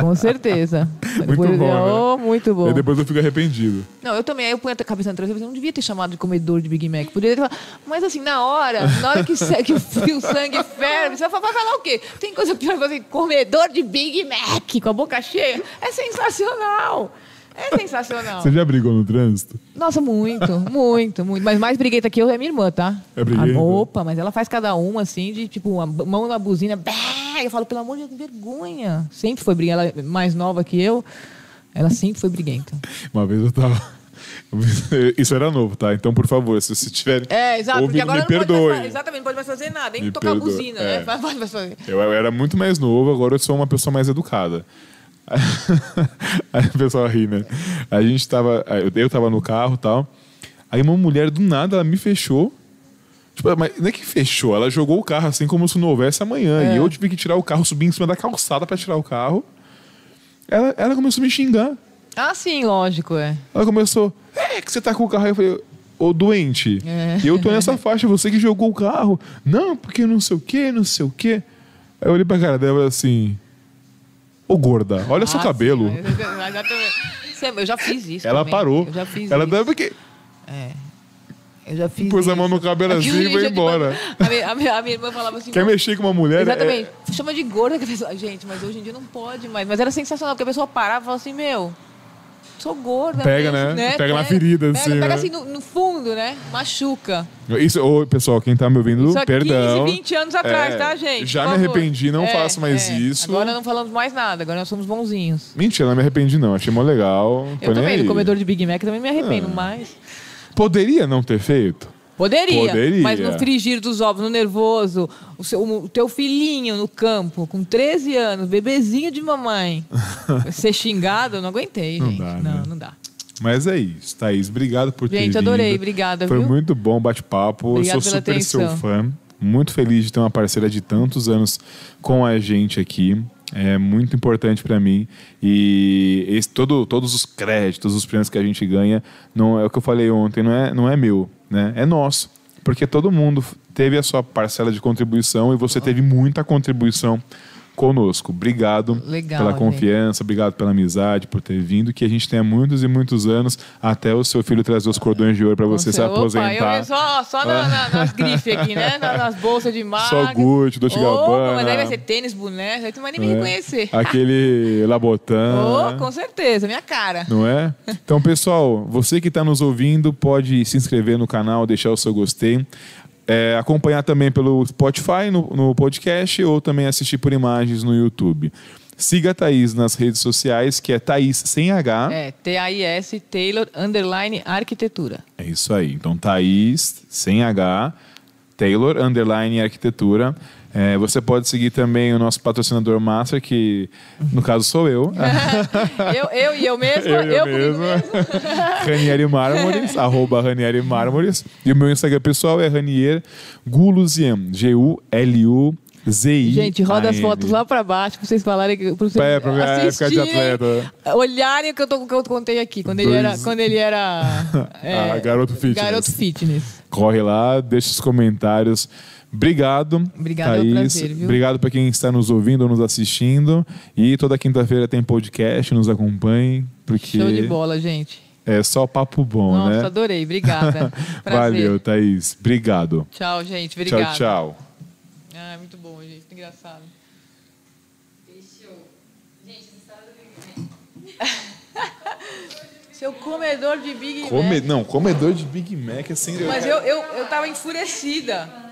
B: com certeza.
A: Muito bom, né?
B: Oh, muito bom.
A: Aí depois eu fico arrependido.
B: Não, eu também. Aí eu ponho a cabeça na travessa. Eu assim, não devia ter chamado de comedor de Big Mac. Poderia ter falado. Mas assim, na hora, na hora que, sa- que o frio sangue ferve, você vai falar, vai falar o quê? Tem coisa pior que assim, comedor de Big Mac com a boca cheia. É sensacional. É sensacional.
A: Você já brigou no trânsito?
B: Nossa, muito, muito, muito. Mas mais briguenta que eu é minha irmã, tá?
A: É briguenta?
B: A- Opa, mas ela faz cada uma assim, de tipo, uma b- mão na buzina. bé! Eu falo, pelo amor de Deus, que vergonha. Sempre foi briguenta. Ela é mais nova que eu, ela sempre foi briguenta.
A: Uma vez eu tava... Isso era novo, tá? Então, por favor, se você tiver
B: É, exato, porque
A: ouvindo,
B: agora
A: me
B: não pode, mais, fa-
A: perdoe.
B: exatamente, não pode mais fazer nada, nem
A: Me
B: tocar a
A: perdoe,
B: buzina,
A: é.
B: né? Não pode mais fazer.
A: Eu era muito mais novo, agora eu sou uma pessoa mais educada. Aí o pessoal ri, né? A gente tava. Eu tava no carro e tal. Aí uma mulher do nada, ela me fechou. Tipo, mas não é que fechou, ela jogou o carro assim como se não houvesse amanhã. E eu tive que tirar o carro, subir em cima da calçada pra tirar o carro. Ela, ela começou a me xingar.
B: Ah, sim, lógico, é.
A: Ela começou, é que você tá com o carro. Aí eu falei, ô doente,
B: É.
A: eu tô nessa faixa, você que jogou o carro. Não, porque não sei o quê, não sei o quê. Aí eu olhei pra cara dela e falei assim, ô gorda, olha seu
B: Ah,
A: cabelo.
B: sim, eu já tô- Isso é- Eu já fiz isso.
A: Ela
B: também.
A: parou.
B: Eu já fiz
A: Ela
B: isso.
A: deu porque
B: Eu já fiz
A: pôs a mão
B: isso. É
A: no cabelo
B: Aquilo
A: assim e
B: ali
A: foi
B: já de-
A: embora.
B: tipo, A minha, a minha- a minha irmã falava assim.
A: Quer mexer com uma mulher? é-
B: Exatamente. Chama de gorda que a pessoa. Gente, mas hoje em dia não pode mais. Mas era sensacional, porque a pessoa parava e falava assim, meu, sou gorda.
A: Pega,
B: mesmo,
A: né? Pega na ferida,
B: pega,
A: assim,
B: Pega
A: né?
B: assim no, no fundo, né? Machuca.
A: Isso, ô, pessoal, quem tá me ouvindo,
B: Isso há
A: perdão.
B: 15, 20 anos atrás,
A: É,
B: tá, gente?
A: já
B: Por
A: me
B: favor. É,
A: arrependi, não faço mais isso.
B: Agora não falamos mais nada, agora nós somos bonzinhos.
A: Mentira, não me arrependi, não. Achei mó legal. Tô nem
B: Eu também,
A: aí. Ah.
B: do comedor de Big Mac, também me arrependo, mas.
A: Poderia não ter feito?
B: Poderia,
A: Poderia.
B: Mas no frigir dos ovos, no nervoso, o, seu, o teu filhinho no campo, com 13 anos, bebezinho de mamãe, ser xingado, eu não aguentei,
A: Não
B: gente.
A: dá,
B: não,
A: né?
B: não dá.
A: Mas é isso, Thaís. Obrigado por ter
B: Gente,
A: vindo.
B: adorei, obrigada,
A: Foi
B: viu?
A: muito bom o bate-papo. Eu
B: Obrigada
A: sou
B: pela
A: super seu
B: atenção.
A: fã. Muito feliz de ter uma parceira de tantos anos com a gente aqui. É muito importante pra mim. E esse, todo, todos os créditos, os prêmios que a gente ganha, não é o que eu falei ontem, não é, não é meu, né? É nosso. Porque todo mundo f- teve a sua parcela de contribuição e você teve muita contribuição conosco. Obrigado
B: Legal,
A: pela
B: gente.
A: confiança confiança, obrigado pela amizade, por ter vindo, que a gente tenha muitos e muitos anos até o seu filho trazer os cordões de ouro para você se
B: é, Opa,
A: aposentar.
B: eu só, só na- na- nas grifes aqui, né? Na- Nas, bolsas de marca.
A: Só Gucci, Dolce Gabbana.
B: Mas aí vai ser tênis, boneco, aí tu não vai nem me
A: né?
B: reconhecer.
A: Aquele Labotan.
B: Oh, com certeza, minha cara.
A: Não é? Então, pessoal, você que está nos ouvindo pode se inscrever no canal, deixar o seu gostei. É, acompanhar também pelo Spotify no, no podcast ou também assistir por imagens no YouTube. Siga a Thaís nas redes sociais, que é Thaís sem H.
B: É, T-A-I-S, Taylor, underline, arquitetura.
A: É isso aí. Então, Thaís, sem H, Taylor, underline arquitetura. É, você pode seguir também o nosso patrocinador master, que no caso sou eu.
B: eu, eu e eu mesma, eu, comigo mesma.
A: Ranieri Mármores, arroba Ranieri Mármores. E o meu Instagram pessoal é Ranier Guluzien, G-U-L-U-Z-I.
B: Gente, roda as fotos lá pra baixo pra vocês falarem que pra vocês
A: É, pra ver a época de
B: assistirem,
A: atleta.
B: Olharem o que eu, tô, o que eu contei aqui, quando ele
A: Dois-
B: era. Quando ele era é,
A: Ah, garoto fitness.
B: Garoto fitness.
A: Corre lá, deixa os comentários. Obrigado.
B: Obrigado, é um
A: Thaís.
B: prazer, viu?
A: Obrigado para quem está nos ouvindo ou nos assistindo. E toda quinta-feira tem podcast, nos acompanhe, porque
B: Show de bola, gente.
A: é só papo bom,
B: Nossa,
A: né?
B: adorei. Obrigada. Prazer.
A: Valeu, Thaís. Obrigado.
B: Tchau, gente. Obrigada.
A: Tchau, tchau.
B: Ah, muito bom, gente. Muito engraçado.
C: Fechou. Gente, essa história do é. Big Mac.
B: Seu comedor de Big
A: Come-
B: Mac.
A: Não, comedor de Big Mac é sem.
B: Mas eu, eu, eu tava enfurecida.